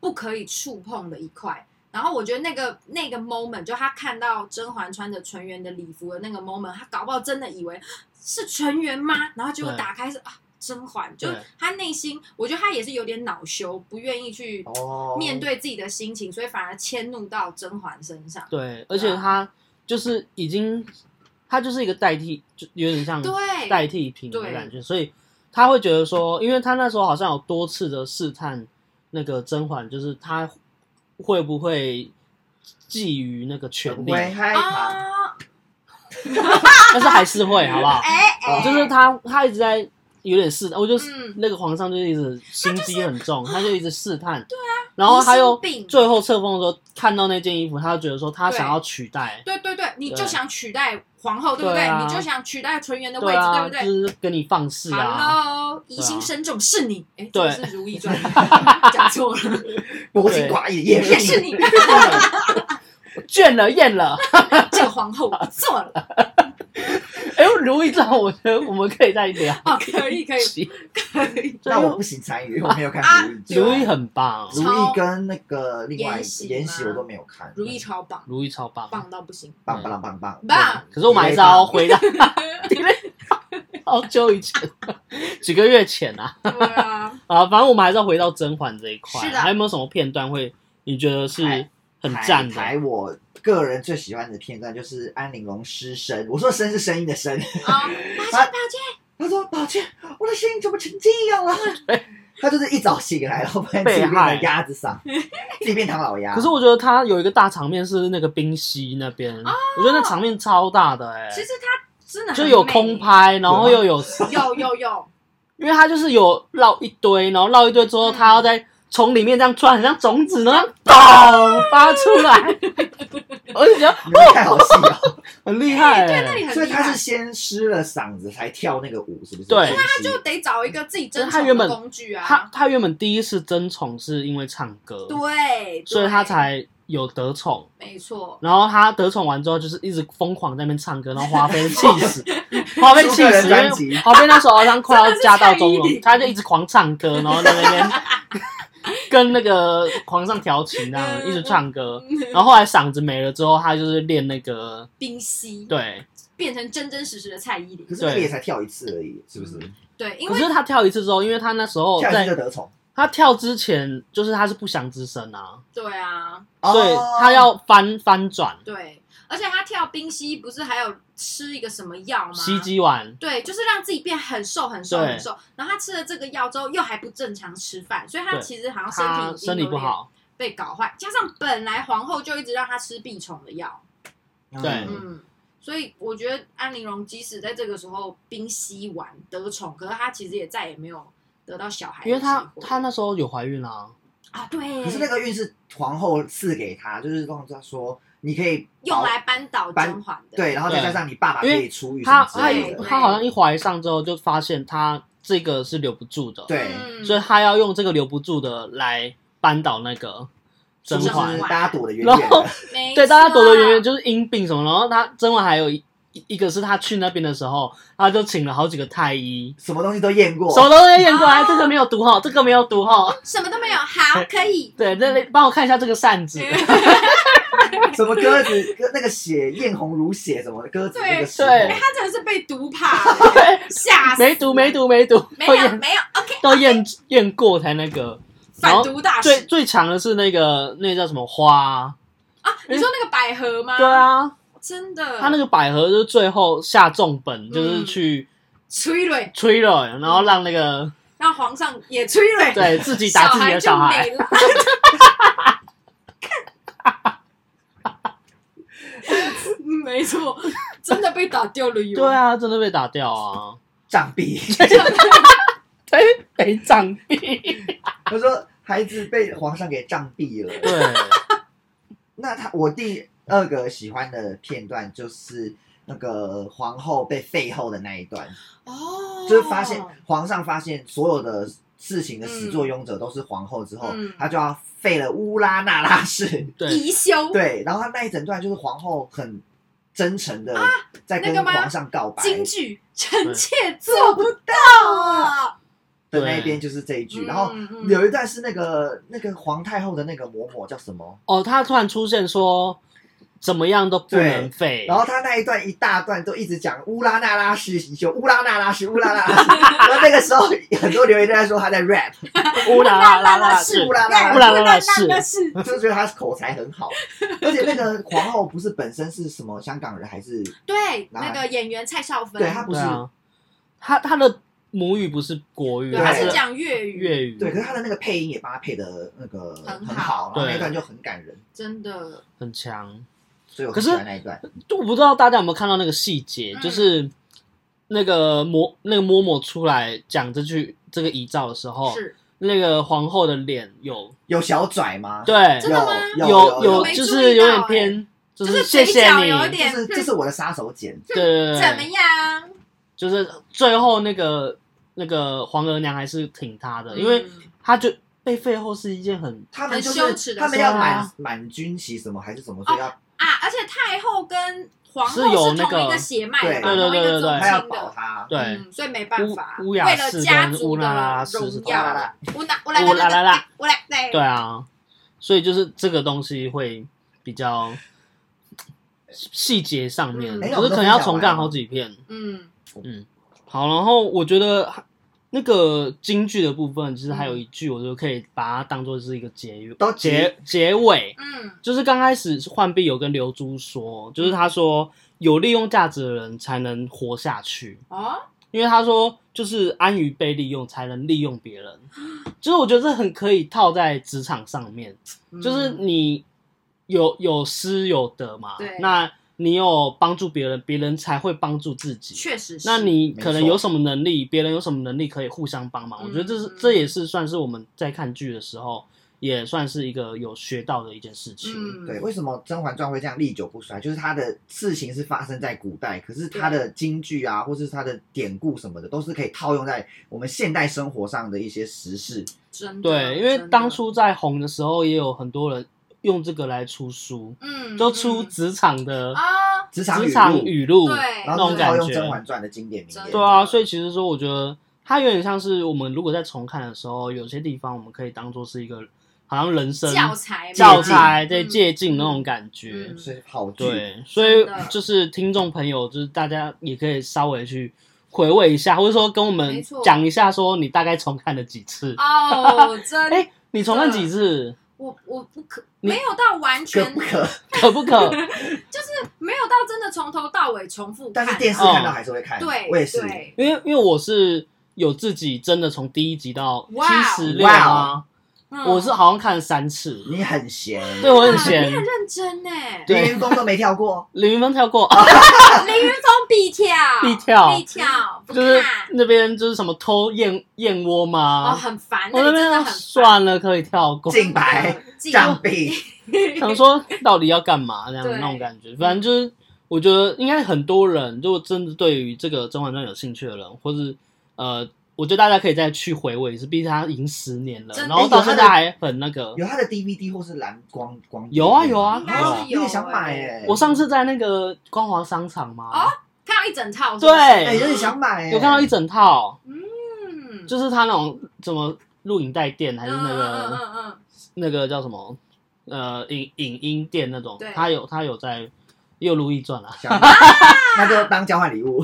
[SPEAKER 2] 不可以触碰的一块。然后我觉得那个那个 moment，就他看到甄嬛穿着纯元的礼服的那个 moment，他搞不好真的以为是纯元吗？然后结果
[SPEAKER 1] 对
[SPEAKER 2] 打开是啊甄嬛，就
[SPEAKER 1] 对
[SPEAKER 2] 他内心，我觉得他也是有点恼羞，不愿意去
[SPEAKER 3] 哦，
[SPEAKER 2] 面对自己的心情，所以反而迁怒到甄嬛身上。
[SPEAKER 1] 对，而且他就是已经，他就是一个代替，就有点像
[SPEAKER 2] 对哦
[SPEAKER 1] 代替品的感觉，所以他会觉得说，因为他那时候好像有多次的试探那个甄嬛，就是他会不会觊觎那个权力，
[SPEAKER 3] 会害怕，
[SPEAKER 2] 啊，
[SPEAKER 1] 但是还是会，好不好？
[SPEAKER 2] 哎
[SPEAKER 3] 哦
[SPEAKER 2] 哎，
[SPEAKER 1] 就是他他一直在有点试探，我就是、
[SPEAKER 2] 嗯
[SPEAKER 1] 那个皇上就一直心机很重，他就一直试探，对啊，然后他又
[SPEAKER 2] 疑心病
[SPEAKER 1] 最后册封的时候看到那件衣服，他就觉得说他想要取代。
[SPEAKER 2] 对对对，你就
[SPEAKER 1] 对
[SPEAKER 2] 想取代皇后，对不
[SPEAKER 1] 对
[SPEAKER 2] 对？
[SPEAKER 1] 啊
[SPEAKER 2] 你就想取代纯元的位
[SPEAKER 1] 对
[SPEAKER 2] 置，
[SPEAKER 1] 啊，
[SPEAKER 2] 对不对？
[SPEAKER 1] 就是跟你放肆啊！
[SPEAKER 2] Hello，疑心深重是你，哎，这
[SPEAKER 1] 对
[SPEAKER 2] 个是《如懿传》讲错了，
[SPEAKER 3] 薄情寡义也
[SPEAKER 2] 也
[SPEAKER 3] 是
[SPEAKER 2] 是
[SPEAKER 3] 你。
[SPEAKER 2] 你，
[SPEAKER 1] 倦了，厌了。
[SPEAKER 2] 这个皇后不做了。
[SPEAKER 1] 哎，如懿传，我觉得我们可以再聊。
[SPEAKER 2] 哦，可以可以
[SPEAKER 1] 行
[SPEAKER 2] 可以，
[SPEAKER 3] 那我不行参与，我没有看
[SPEAKER 2] 啊
[SPEAKER 3] 如懿传。
[SPEAKER 1] 如懿很棒，
[SPEAKER 3] 如懿跟那个另外
[SPEAKER 2] 延禧吗
[SPEAKER 3] 延禧我都没有看，
[SPEAKER 2] 如懿超棒，
[SPEAKER 1] 如懿超棒。
[SPEAKER 2] 棒到不行，
[SPEAKER 3] 棒棒棒棒
[SPEAKER 2] 棒！
[SPEAKER 1] 可是我们还是要回到 好久以前，几个月前啊。
[SPEAKER 2] 对啊，
[SPEAKER 1] 啊，反正我们还是要回到甄嬛这一块。啊
[SPEAKER 2] 是的
[SPEAKER 1] 还有没有什么片段会你觉得是
[SPEAKER 3] 还
[SPEAKER 1] 很赞的？
[SPEAKER 3] 台我个人最喜欢的片段就是安陵容失声，我说的声是声音的声。
[SPEAKER 2] 啊，抱歉抱歉，
[SPEAKER 3] 他说：“抱歉，我的声音怎么成这 样了？”他就是一早醒来，然后发现自己变
[SPEAKER 1] 被害
[SPEAKER 3] 成鸭 子嗓，自己变唐老鸭。
[SPEAKER 1] 可是我觉得他有一个大场面是那个冰溪那边，我觉得那场面超大的哎、
[SPEAKER 2] 哦其实他真的很
[SPEAKER 1] 就有
[SPEAKER 2] 美
[SPEAKER 1] 空，拍，然后又有，
[SPEAKER 2] 有有有，
[SPEAKER 1] 因为他就是有绕一堆，然后绕一堆之后，
[SPEAKER 2] 嗯
[SPEAKER 1] 他要再从里面这样钻，很像种子，然后咚发出 来，我就觉得
[SPEAKER 3] 你们太好戏哦了，
[SPEAKER 1] 很 厉害、
[SPEAKER 2] 哎对，那里
[SPEAKER 1] 欸。
[SPEAKER 2] 很
[SPEAKER 3] 所以
[SPEAKER 2] 厉
[SPEAKER 3] 他
[SPEAKER 2] 害
[SPEAKER 3] 是。先湿了嗓子才跳那个舞，是不是？
[SPEAKER 1] 对
[SPEAKER 3] 是不
[SPEAKER 2] 他就是得找一个自己真
[SPEAKER 1] 他
[SPEAKER 2] 诚
[SPEAKER 1] 原本
[SPEAKER 2] 的工具
[SPEAKER 1] 他
[SPEAKER 2] 啊，
[SPEAKER 1] 他原本第一次争宠是因为唱歌，
[SPEAKER 2] 对，
[SPEAKER 1] 所以他
[SPEAKER 2] 对
[SPEAKER 1] 才有得宠，
[SPEAKER 2] 没错，
[SPEAKER 1] 然后他得宠完之后，就是一直疯狂在那边唱歌，然后花飞气 死，花飞气
[SPEAKER 3] 出个
[SPEAKER 1] 死，因
[SPEAKER 3] 人专
[SPEAKER 1] 为
[SPEAKER 3] 辑
[SPEAKER 1] 花飞那时候好像快要家道中
[SPEAKER 2] 真的是蔡依
[SPEAKER 1] 落，
[SPEAKER 2] 林
[SPEAKER 1] 他就一直狂唱歌，然后在那 边跟那个皇上调情那样，一直唱歌。 然后后来嗓子没了之后，他就是练那个，
[SPEAKER 2] 冰溪
[SPEAKER 1] 对，
[SPEAKER 2] 变成真真实实的蔡依林
[SPEAKER 3] 可。是那个
[SPEAKER 1] 对
[SPEAKER 3] 也才跳一次而已，是不是？
[SPEAKER 2] 对，因
[SPEAKER 1] 可
[SPEAKER 2] 为
[SPEAKER 1] 是他跳一次之后，因为他那时候
[SPEAKER 3] 跳一次就
[SPEAKER 1] 在
[SPEAKER 3] 得宠，
[SPEAKER 1] 他跳之前，就是他是不祥之身啊，
[SPEAKER 2] 对啊，
[SPEAKER 1] 所以
[SPEAKER 3] 哦
[SPEAKER 1] 他要翻翻转
[SPEAKER 2] 对，而且他跳冰溪不是还有吃一个什么药吗？
[SPEAKER 1] 吸肌丸，
[SPEAKER 2] 对，就是让自己变很瘦、很瘦、
[SPEAKER 1] 对
[SPEAKER 2] 很瘦。然后他吃了这个药之后，又还不正常吃饭，所以他
[SPEAKER 1] 对
[SPEAKER 2] 其实好像
[SPEAKER 1] 他
[SPEAKER 2] 身体
[SPEAKER 1] 身体不，好，
[SPEAKER 2] 被搞坏。加上本来皇后就一直让他吃避虫的药，
[SPEAKER 3] 嗯
[SPEAKER 1] 对
[SPEAKER 2] 嗯，所以我觉得安陵容即使在这个时候冰溪完得宠，可是她其实也再也没有得到小孩的
[SPEAKER 1] 因为他
[SPEAKER 2] 机会
[SPEAKER 1] 他那时候有怀孕啊，
[SPEAKER 2] 啊，对，
[SPEAKER 3] 可是那个运是皇后赐给他，就是让他说你可以保
[SPEAKER 2] 用来扳倒
[SPEAKER 3] 扳
[SPEAKER 2] 甄嬛的，
[SPEAKER 3] 对，然后再
[SPEAKER 1] 对
[SPEAKER 3] 加上你爸爸可
[SPEAKER 1] 因为
[SPEAKER 3] 以出狱什
[SPEAKER 1] 他
[SPEAKER 3] 么之
[SPEAKER 1] 他
[SPEAKER 3] 类
[SPEAKER 2] 有
[SPEAKER 3] 的，
[SPEAKER 1] 他好像一怀上之后就发现他这个是留不住的，，
[SPEAKER 3] 对，
[SPEAKER 2] 嗯，
[SPEAKER 1] 所以他要用这个留不住的来扳倒那个
[SPEAKER 3] 是
[SPEAKER 1] 甄
[SPEAKER 3] 不是
[SPEAKER 1] 嬛。
[SPEAKER 3] 大家躲得远
[SPEAKER 1] 然
[SPEAKER 3] 远
[SPEAKER 1] 后
[SPEAKER 3] 的？
[SPEAKER 2] 没
[SPEAKER 1] 对，大家躲得远远，
[SPEAKER 2] 错。
[SPEAKER 1] 就是啊因病什么。然后他甄嬛还有一一一个是他去那边的时候，他就请了好几个太医，
[SPEAKER 3] 什么东西都验过，
[SPEAKER 1] 什么都验过来，
[SPEAKER 2] 哦
[SPEAKER 1] 这个没有毒哈，这个没有毒哈。。
[SPEAKER 2] 什么都没有，好，可以
[SPEAKER 1] 哎 对，那那帮我看一下这个扇 子。
[SPEAKER 3] 什么鸽子鸽那个血艳红如血什么的鸽子
[SPEAKER 2] 对
[SPEAKER 3] 那个石
[SPEAKER 1] 对
[SPEAKER 2] 哎，
[SPEAKER 3] 头，
[SPEAKER 2] 他真的是被毒 怕了，吓死！
[SPEAKER 1] 没毒，没，毒，没毒，
[SPEAKER 2] 没
[SPEAKER 1] 都
[SPEAKER 2] 有，
[SPEAKER 1] 验
[SPEAKER 2] 没有，OK，
[SPEAKER 1] 都验验过才那个。然
[SPEAKER 2] 反
[SPEAKER 1] 后
[SPEAKER 2] 毒大
[SPEAKER 1] 最
[SPEAKER 2] 师
[SPEAKER 1] 最强的啊是那个那个叫什么花啊、
[SPEAKER 2] 啊！你说那个百合吗？
[SPEAKER 1] 对，啊，
[SPEAKER 2] 真的，
[SPEAKER 1] 他那个百合就是最后下重本，就是
[SPEAKER 2] 嗯
[SPEAKER 1] 去
[SPEAKER 2] 催泪，
[SPEAKER 1] 吹了，然后让那个
[SPEAKER 2] 让皇上也催泪，
[SPEAKER 1] 对自己打自己的小孩。
[SPEAKER 2] 就没了。 嗯没错，真的被打掉了哟。
[SPEAKER 1] 对，啊，真的被打掉啊！
[SPEAKER 3] 杖毙。
[SPEAKER 1] 对，被长臂。
[SPEAKER 3] 他说孩子被皇上给杖毙了。
[SPEAKER 1] 对，
[SPEAKER 3] 那他我第二个喜欢的片段就是那个皇后被废后的那一段，
[SPEAKER 2] 哦，
[SPEAKER 3] 就是发现皇上发现所有的事情的始作俑者都是皇后之后，
[SPEAKER 2] 嗯
[SPEAKER 3] 他就要废了乌拉那拉氏。
[SPEAKER 1] 对，
[SPEAKER 2] 宜修，
[SPEAKER 3] 对，然后他那一整段就是皇后很真诚的在
[SPEAKER 2] 那
[SPEAKER 3] 跟
[SPEAKER 2] 啊个吗
[SPEAKER 3] 皇上告白
[SPEAKER 2] 京剧臣妾做不到啊。
[SPEAKER 3] 的那一边就是这一句，然后
[SPEAKER 2] 嗯嗯
[SPEAKER 3] 有一段是那个那个皇太后的那个嬷嬷叫什么？
[SPEAKER 1] 哦，他突然出现说，怎么样都不能废。
[SPEAKER 3] 然后他那一段一大段都一直讲乌拉那拉氏袭修，乌拉那拉氏，乌拉那拉氏。 然后那个时候很多留言都在说他在 rap，
[SPEAKER 1] 乌啦啦啦啦
[SPEAKER 3] 是
[SPEAKER 1] 是
[SPEAKER 3] 乌，拉那
[SPEAKER 2] 对
[SPEAKER 1] 不
[SPEAKER 3] 拉，
[SPEAKER 1] 然不然是
[SPEAKER 2] 那是
[SPEAKER 3] 就是觉得他口才很好。而且那个皇后不是本身是什么香港人还是？
[SPEAKER 2] 对
[SPEAKER 3] 哪
[SPEAKER 2] 那个演员蔡少芬，
[SPEAKER 3] 对她不
[SPEAKER 1] 对
[SPEAKER 3] 是，
[SPEAKER 1] 啊，他他的母语不是国语，
[SPEAKER 2] 对
[SPEAKER 3] 对
[SPEAKER 1] 他
[SPEAKER 2] 他
[SPEAKER 1] 是
[SPEAKER 2] 是讲粤语，
[SPEAKER 1] 粤语，
[SPEAKER 3] 对，可是他的那个配音也帮他配的那个很
[SPEAKER 2] 很
[SPEAKER 3] 好，
[SPEAKER 2] 好
[SPEAKER 3] 然后那
[SPEAKER 1] 对
[SPEAKER 3] 一段就很感人，
[SPEAKER 2] 真的，
[SPEAKER 1] 很强。
[SPEAKER 3] 所以我
[SPEAKER 1] 可
[SPEAKER 3] 很
[SPEAKER 1] 是
[SPEAKER 3] 喜欢那一段。
[SPEAKER 1] 就我不知道大家有没有看到那个细节，
[SPEAKER 2] 嗯
[SPEAKER 1] 就是那个嬷那个嬷嬷出来讲这句这个遗诏的时候，
[SPEAKER 2] 是
[SPEAKER 1] 那个皇后的脸有
[SPEAKER 3] 有小拽吗？
[SPEAKER 1] 对
[SPEAKER 2] 真的吗
[SPEAKER 3] 啊有
[SPEAKER 1] 有
[SPEAKER 3] 有
[SPEAKER 2] 我没注
[SPEAKER 1] 就
[SPEAKER 2] 意
[SPEAKER 1] 是有点
[SPEAKER 2] 到欸
[SPEAKER 1] 偏，就
[SPEAKER 2] 就是
[SPEAKER 1] 谢
[SPEAKER 2] 嘴
[SPEAKER 1] 谢
[SPEAKER 2] 角
[SPEAKER 1] 你，
[SPEAKER 2] 有一
[SPEAKER 3] 这
[SPEAKER 2] 点
[SPEAKER 3] 是这是我的杀手锏，
[SPEAKER 1] 对对对
[SPEAKER 2] 怎么
[SPEAKER 1] 对，
[SPEAKER 2] 样？
[SPEAKER 1] 就是最后那个那个皇额娘还是挺她的，因为
[SPEAKER 2] 嗯
[SPEAKER 1] 她就被废后是一件很
[SPEAKER 3] 他们就
[SPEAKER 2] 很羞耻
[SPEAKER 3] 是
[SPEAKER 2] 的
[SPEAKER 3] 他们要
[SPEAKER 1] 说
[SPEAKER 3] 满
[SPEAKER 1] 啊
[SPEAKER 3] 满军旗什么还是什么，所以要
[SPEAKER 2] 啊，而且太后跟皇后
[SPEAKER 1] 是有
[SPEAKER 2] 同
[SPEAKER 1] 那个
[SPEAKER 2] 一个血脉的吧，
[SPEAKER 3] 对
[SPEAKER 1] 对
[SPEAKER 2] 同一个
[SPEAKER 1] 对对对
[SPEAKER 2] 宗
[SPEAKER 3] 他要
[SPEAKER 2] 亲
[SPEAKER 3] 保
[SPEAKER 2] 的。
[SPEAKER 3] 他。
[SPEAKER 1] 对。
[SPEAKER 2] 嗯，所以没办法，
[SPEAKER 1] 乌乌
[SPEAKER 2] 为
[SPEAKER 1] 雅
[SPEAKER 2] 了
[SPEAKER 1] 氏
[SPEAKER 2] 家
[SPEAKER 1] 跟
[SPEAKER 2] 族
[SPEAKER 1] 乌
[SPEAKER 2] 的
[SPEAKER 1] 拉拉
[SPEAKER 2] 荣
[SPEAKER 1] 氏是同
[SPEAKER 3] 样
[SPEAKER 2] 耀
[SPEAKER 3] 的，
[SPEAKER 2] 乌拉乌拉哎
[SPEAKER 1] 乌拉拉拉，
[SPEAKER 2] 乌拉对
[SPEAKER 1] 对啊，所以就是这个东西会比较细节上面，
[SPEAKER 2] 嗯
[SPEAKER 1] 就是可能要重看好几遍。
[SPEAKER 2] 嗯，
[SPEAKER 1] 好，然后我觉得那个京剧的部分，其实还有一句，我就可以把它当做是一个结
[SPEAKER 3] 都急
[SPEAKER 1] 结结尾。
[SPEAKER 2] 嗯
[SPEAKER 1] 就是刚开始浣碧有跟刘珠说，就是他说有利用价值的人才能活下去，
[SPEAKER 2] 哦，
[SPEAKER 1] 因为他说就是安于被利用才能利用别人，就是我觉得这很可以套在职场上面。就是
[SPEAKER 2] 嗯
[SPEAKER 1] 你有有失有得嘛
[SPEAKER 2] 对，
[SPEAKER 1] 那你有帮助别人，别人才会帮助自己。
[SPEAKER 2] 确实是，
[SPEAKER 1] 那你可能
[SPEAKER 3] 没错
[SPEAKER 1] 有什么能力，别人有什么能力可以互相帮忙。
[SPEAKER 2] 嗯
[SPEAKER 1] 我觉得这是
[SPEAKER 2] 嗯
[SPEAKER 1] 这也是算是我们在看剧的时候，也算是一个有学到的一件事情。
[SPEAKER 2] 嗯
[SPEAKER 3] 对，为什么《甄嬛传》会这样历久不衰？就是它的事情是发生在古代，可是它的京剧啊，或是它的典故什么的，都是可以套用在我们现代生活上的一些时事。
[SPEAKER 2] 真的
[SPEAKER 1] 对，因为
[SPEAKER 2] 真的
[SPEAKER 1] 当初在红的时候，也有很多人用这个来出书，
[SPEAKER 2] 嗯，
[SPEAKER 1] 就出
[SPEAKER 2] 嗯
[SPEAKER 1] 职场的
[SPEAKER 2] 啊，
[SPEAKER 3] 职场
[SPEAKER 1] 职场
[SPEAKER 3] 语录，
[SPEAKER 1] 语录
[SPEAKER 2] 对
[SPEAKER 1] 那
[SPEAKER 3] 然
[SPEAKER 1] 种
[SPEAKER 3] 后
[SPEAKER 1] 感
[SPEAKER 3] 套用《
[SPEAKER 1] 觉。
[SPEAKER 3] 甄嬛传》的经典名言。
[SPEAKER 2] 真的
[SPEAKER 1] 对啊，所以其实说，我觉得它有点像是我们如果在重看的时候，有些地方我们可以当做是一个好像人生
[SPEAKER 2] 教材嘛
[SPEAKER 1] 教材对
[SPEAKER 2] 嗯
[SPEAKER 1] 借镜那种感觉。
[SPEAKER 2] 嗯
[SPEAKER 3] 是好剧。
[SPEAKER 1] 对，所以
[SPEAKER 2] 真的
[SPEAKER 1] 就是听众朋友，就是大家也可以稍微去回味一下，或者说跟我们
[SPEAKER 2] 没错
[SPEAKER 1] 讲一下，说你大概重看了几次？
[SPEAKER 2] 哦，真 的
[SPEAKER 1] 哎、你重看几次？
[SPEAKER 2] 我我不可
[SPEAKER 1] 你
[SPEAKER 2] 没有到完
[SPEAKER 3] 可
[SPEAKER 2] 全
[SPEAKER 3] 不，可？
[SPEAKER 1] 可不可？
[SPEAKER 2] 就是没有到真的从头到尾重复看
[SPEAKER 3] 但
[SPEAKER 2] 啊，
[SPEAKER 3] 是电视看到
[SPEAKER 1] 嗯
[SPEAKER 3] 还是会看。
[SPEAKER 2] 对，
[SPEAKER 3] 我也是。
[SPEAKER 2] 对
[SPEAKER 1] 因为因为我是有自己真的从第一集到
[SPEAKER 2] 哇
[SPEAKER 1] 七十六
[SPEAKER 3] 哇
[SPEAKER 1] 啊，
[SPEAKER 2] 嗯
[SPEAKER 1] 我是好像看了三次。
[SPEAKER 3] 你很闲，
[SPEAKER 1] 对我很
[SPEAKER 2] 哇
[SPEAKER 1] 闲
[SPEAKER 2] 你很认真呢。
[SPEAKER 1] 对。
[SPEAKER 3] 连峰都没跳 过
[SPEAKER 1] 李云峰跳过，
[SPEAKER 2] 哦林啊云峰必跳，
[SPEAKER 1] 必跳
[SPEAKER 2] 必跳，不
[SPEAKER 1] 就是
[SPEAKER 2] 看
[SPEAKER 1] 那边就是什么偷燕燕窝
[SPEAKER 2] 哦，
[SPEAKER 1] 吗？
[SPEAKER 2] 很烦，
[SPEAKER 1] 我
[SPEAKER 2] 那
[SPEAKER 1] 那
[SPEAKER 2] 里真的
[SPEAKER 1] 边
[SPEAKER 2] 很嗯烦
[SPEAKER 1] 算了，可以跳过。
[SPEAKER 3] 进 白
[SPEAKER 2] 进
[SPEAKER 3] 账币，
[SPEAKER 1] 想说到底要干嘛这样
[SPEAKER 2] 对
[SPEAKER 1] 那种感觉，反正就是我觉得应该很多人，如果真的对于这个《甄嬛传》有兴趣的人，或是呃，我觉得大家可以再去回味一次，毕竟它已经十年了，
[SPEAKER 2] 真的
[SPEAKER 1] 然后到现在还很那个。
[SPEAKER 3] 有他的 DVD 或是蓝光光碟
[SPEAKER 1] 有啊有啊有
[SPEAKER 2] 应该
[SPEAKER 1] 啊
[SPEAKER 2] 是有
[SPEAKER 3] 有
[SPEAKER 2] 欸
[SPEAKER 3] 点想买哎，
[SPEAKER 1] 我上次在那个光华商场嘛，
[SPEAKER 2] 哦看到一整套，是不是
[SPEAKER 3] 哎有
[SPEAKER 1] 对，
[SPEAKER 3] 点想买哎，
[SPEAKER 1] 有看到一整套，
[SPEAKER 2] 嗯，
[SPEAKER 1] 就是他那种什么录影带店还是那
[SPEAKER 2] 嗯嗯
[SPEAKER 1] 个
[SPEAKER 2] 嗯嗯
[SPEAKER 1] 那个叫什么呃影影音店那种
[SPEAKER 2] 对，
[SPEAKER 1] 他有他有在也有《如懿传》啊，
[SPEAKER 3] 想买， 那就当交换礼物。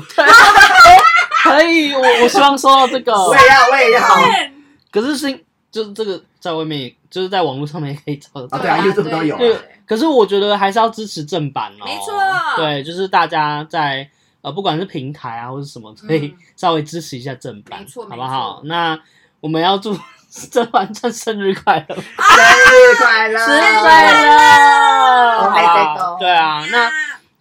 [SPEAKER 1] 可以，哎我我希望收到这个。
[SPEAKER 3] 我也要，我也要。
[SPEAKER 2] 嗯嗯，
[SPEAKER 1] 可哦是是就是这个在外面也，就是在网络上面也可以找得到。
[SPEAKER 3] 啊对啊 YouTube
[SPEAKER 2] 对
[SPEAKER 3] 都有啊
[SPEAKER 2] 对
[SPEAKER 1] 对可是我觉得还是要支持正版哦。
[SPEAKER 2] 没错
[SPEAKER 1] 对，就是大家在呃，不管是平台啊或者什么，可以
[SPEAKER 2] 嗯
[SPEAKER 1] 稍微支持一下正版，
[SPEAKER 2] 没错
[SPEAKER 1] 好不
[SPEAKER 2] 没
[SPEAKER 1] 好
[SPEAKER 2] 错？
[SPEAKER 1] 那我们要祝 甄嬛传生日快乐，
[SPEAKER 3] 生日快乐！
[SPEAKER 1] 生日快乐！
[SPEAKER 3] 哦我还在抖
[SPEAKER 1] 对啊，那。
[SPEAKER 2] 啊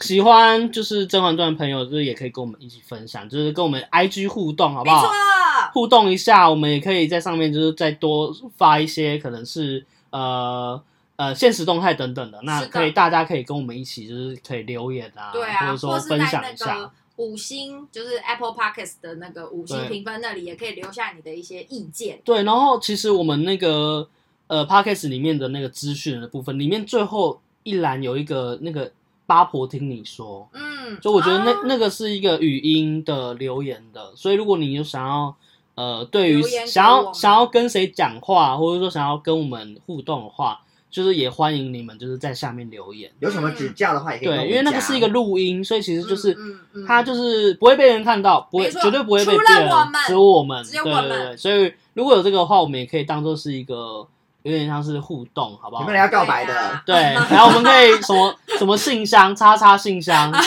[SPEAKER 1] 喜欢就是《甄嬛传》的朋友，就是也可以跟我们一起分享，就是跟我们 IG 互动，好不
[SPEAKER 2] 没
[SPEAKER 1] 好？
[SPEAKER 2] 错，啊
[SPEAKER 1] 互动一下，我们也可以在上面就是再多发一些可能是呃呃现实动态等等的，那
[SPEAKER 2] 是的
[SPEAKER 1] 可以大家可以跟我们一起就是可以留言啊，
[SPEAKER 2] 对啊，
[SPEAKER 1] 或者说
[SPEAKER 2] 是在
[SPEAKER 1] 分享一
[SPEAKER 2] 那
[SPEAKER 1] 下，
[SPEAKER 2] 个五星，就是 Apple Podcast 的那个五
[SPEAKER 1] 对
[SPEAKER 2] 星评分那里，也可以留下你的一些意见。
[SPEAKER 1] 对，然后其实我们那个呃 podcast 里面的那个资讯的部分，里面最后一栏有一个那个八婆听你说，
[SPEAKER 2] 嗯，
[SPEAKER 1] 就我觉得那、
[SPEAKER 2] 哦
[SPEAKER 1] 那个是一个语音的留言的，所以如果你有想要呃，对于
[SPEAKER 2] 留言给
[SPEAKER 1] 想
[SPEAKER 2] 我
[SPEAKER 1] 要
[SPEAKER 2] 们
[SPEAKER 1] 想要跟谁讲话，或者说想要跟我们互动的话，就是也欢迎你们就是在下面留言。
[SPEAKER 3] 有什么指教的话也可以跟我
[SPEAKER 1] 对，
[SPEAKER 3] 们
[SPEAKER 1] 因为那个是一个
[SPEAKER 3] 讲
[SPEAKER 1] 录音，所以其实就是、
[SPEAKER 2] 嗯嗯嗯
[SPEAKER 1] 它就是不会被人看到，不会
[SPEAKER 2] 没错
[SPEAKER 1] 绝对不会被
[SPEAKER 2] 除了
[SPEAKER 1] 别人
[SPEAKER 2] 我们
[SPEAKER 1] 只有我们，
[SPEAKER 2] 只有
[SPEAKER 1] 对
[SPEAKER 2] 我
[SPEAKER 1] 对
[SPEAKER 2] 们
[SPEAKER 1] 对。所以如果有这个的话，我们也可以当做是一个有点像是互动，好不
[SPEAKER 3] 你
[SPEAKER 1] 好
[SPEAKER 3] 们？俩要告白
[SPEAKER 2] 对啊
[SPEAKER 3] 的，
[SPEAKER 1] 对，然后我们可以什么什么信箱，叉叉信箱，
[SPEAKER 2] 啊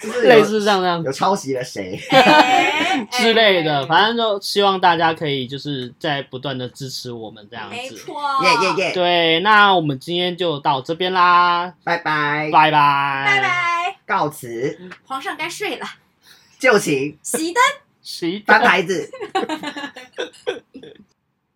[SPEAKER 3] 就是
[SPEAKER 1] 类
[SPEAKER 3] 有
[SPEAKER 1] 似像这样
[SPEAKER 3] 有抄袭了谁？
[SPEAKER 2] 哎
[SPEAKER 1] 之类的，
[SPEAKER 2] 哎
[SPEAKER 1] 反正就希望大家可以就是在不断的支持我们这样
[SPEAKER 2] 没
[SPEAKER 1] 子。
[SPEAKER 2] 错，
[SPEAKER 3] 耶耶耶！
[SPEAKER 1] 哦对，那我们今天就到这边啦，
[SPEAKER 3] 拜拜，
[SPEAKER 1] 拜拜，
[SPEAKER 2] 拜
[SPEAKER 1] 拜，
[SPEAKER 2] 拜，
[SPEAKER 3] 告辞，
[SPEAKER 2] 皇上该睡了，
[SPEAKER 3] 就寝，
[SPEAKER 2] 熄灯。
[SPEAKER 1] 熄灯
[SPEAKER 3] 翻牌子。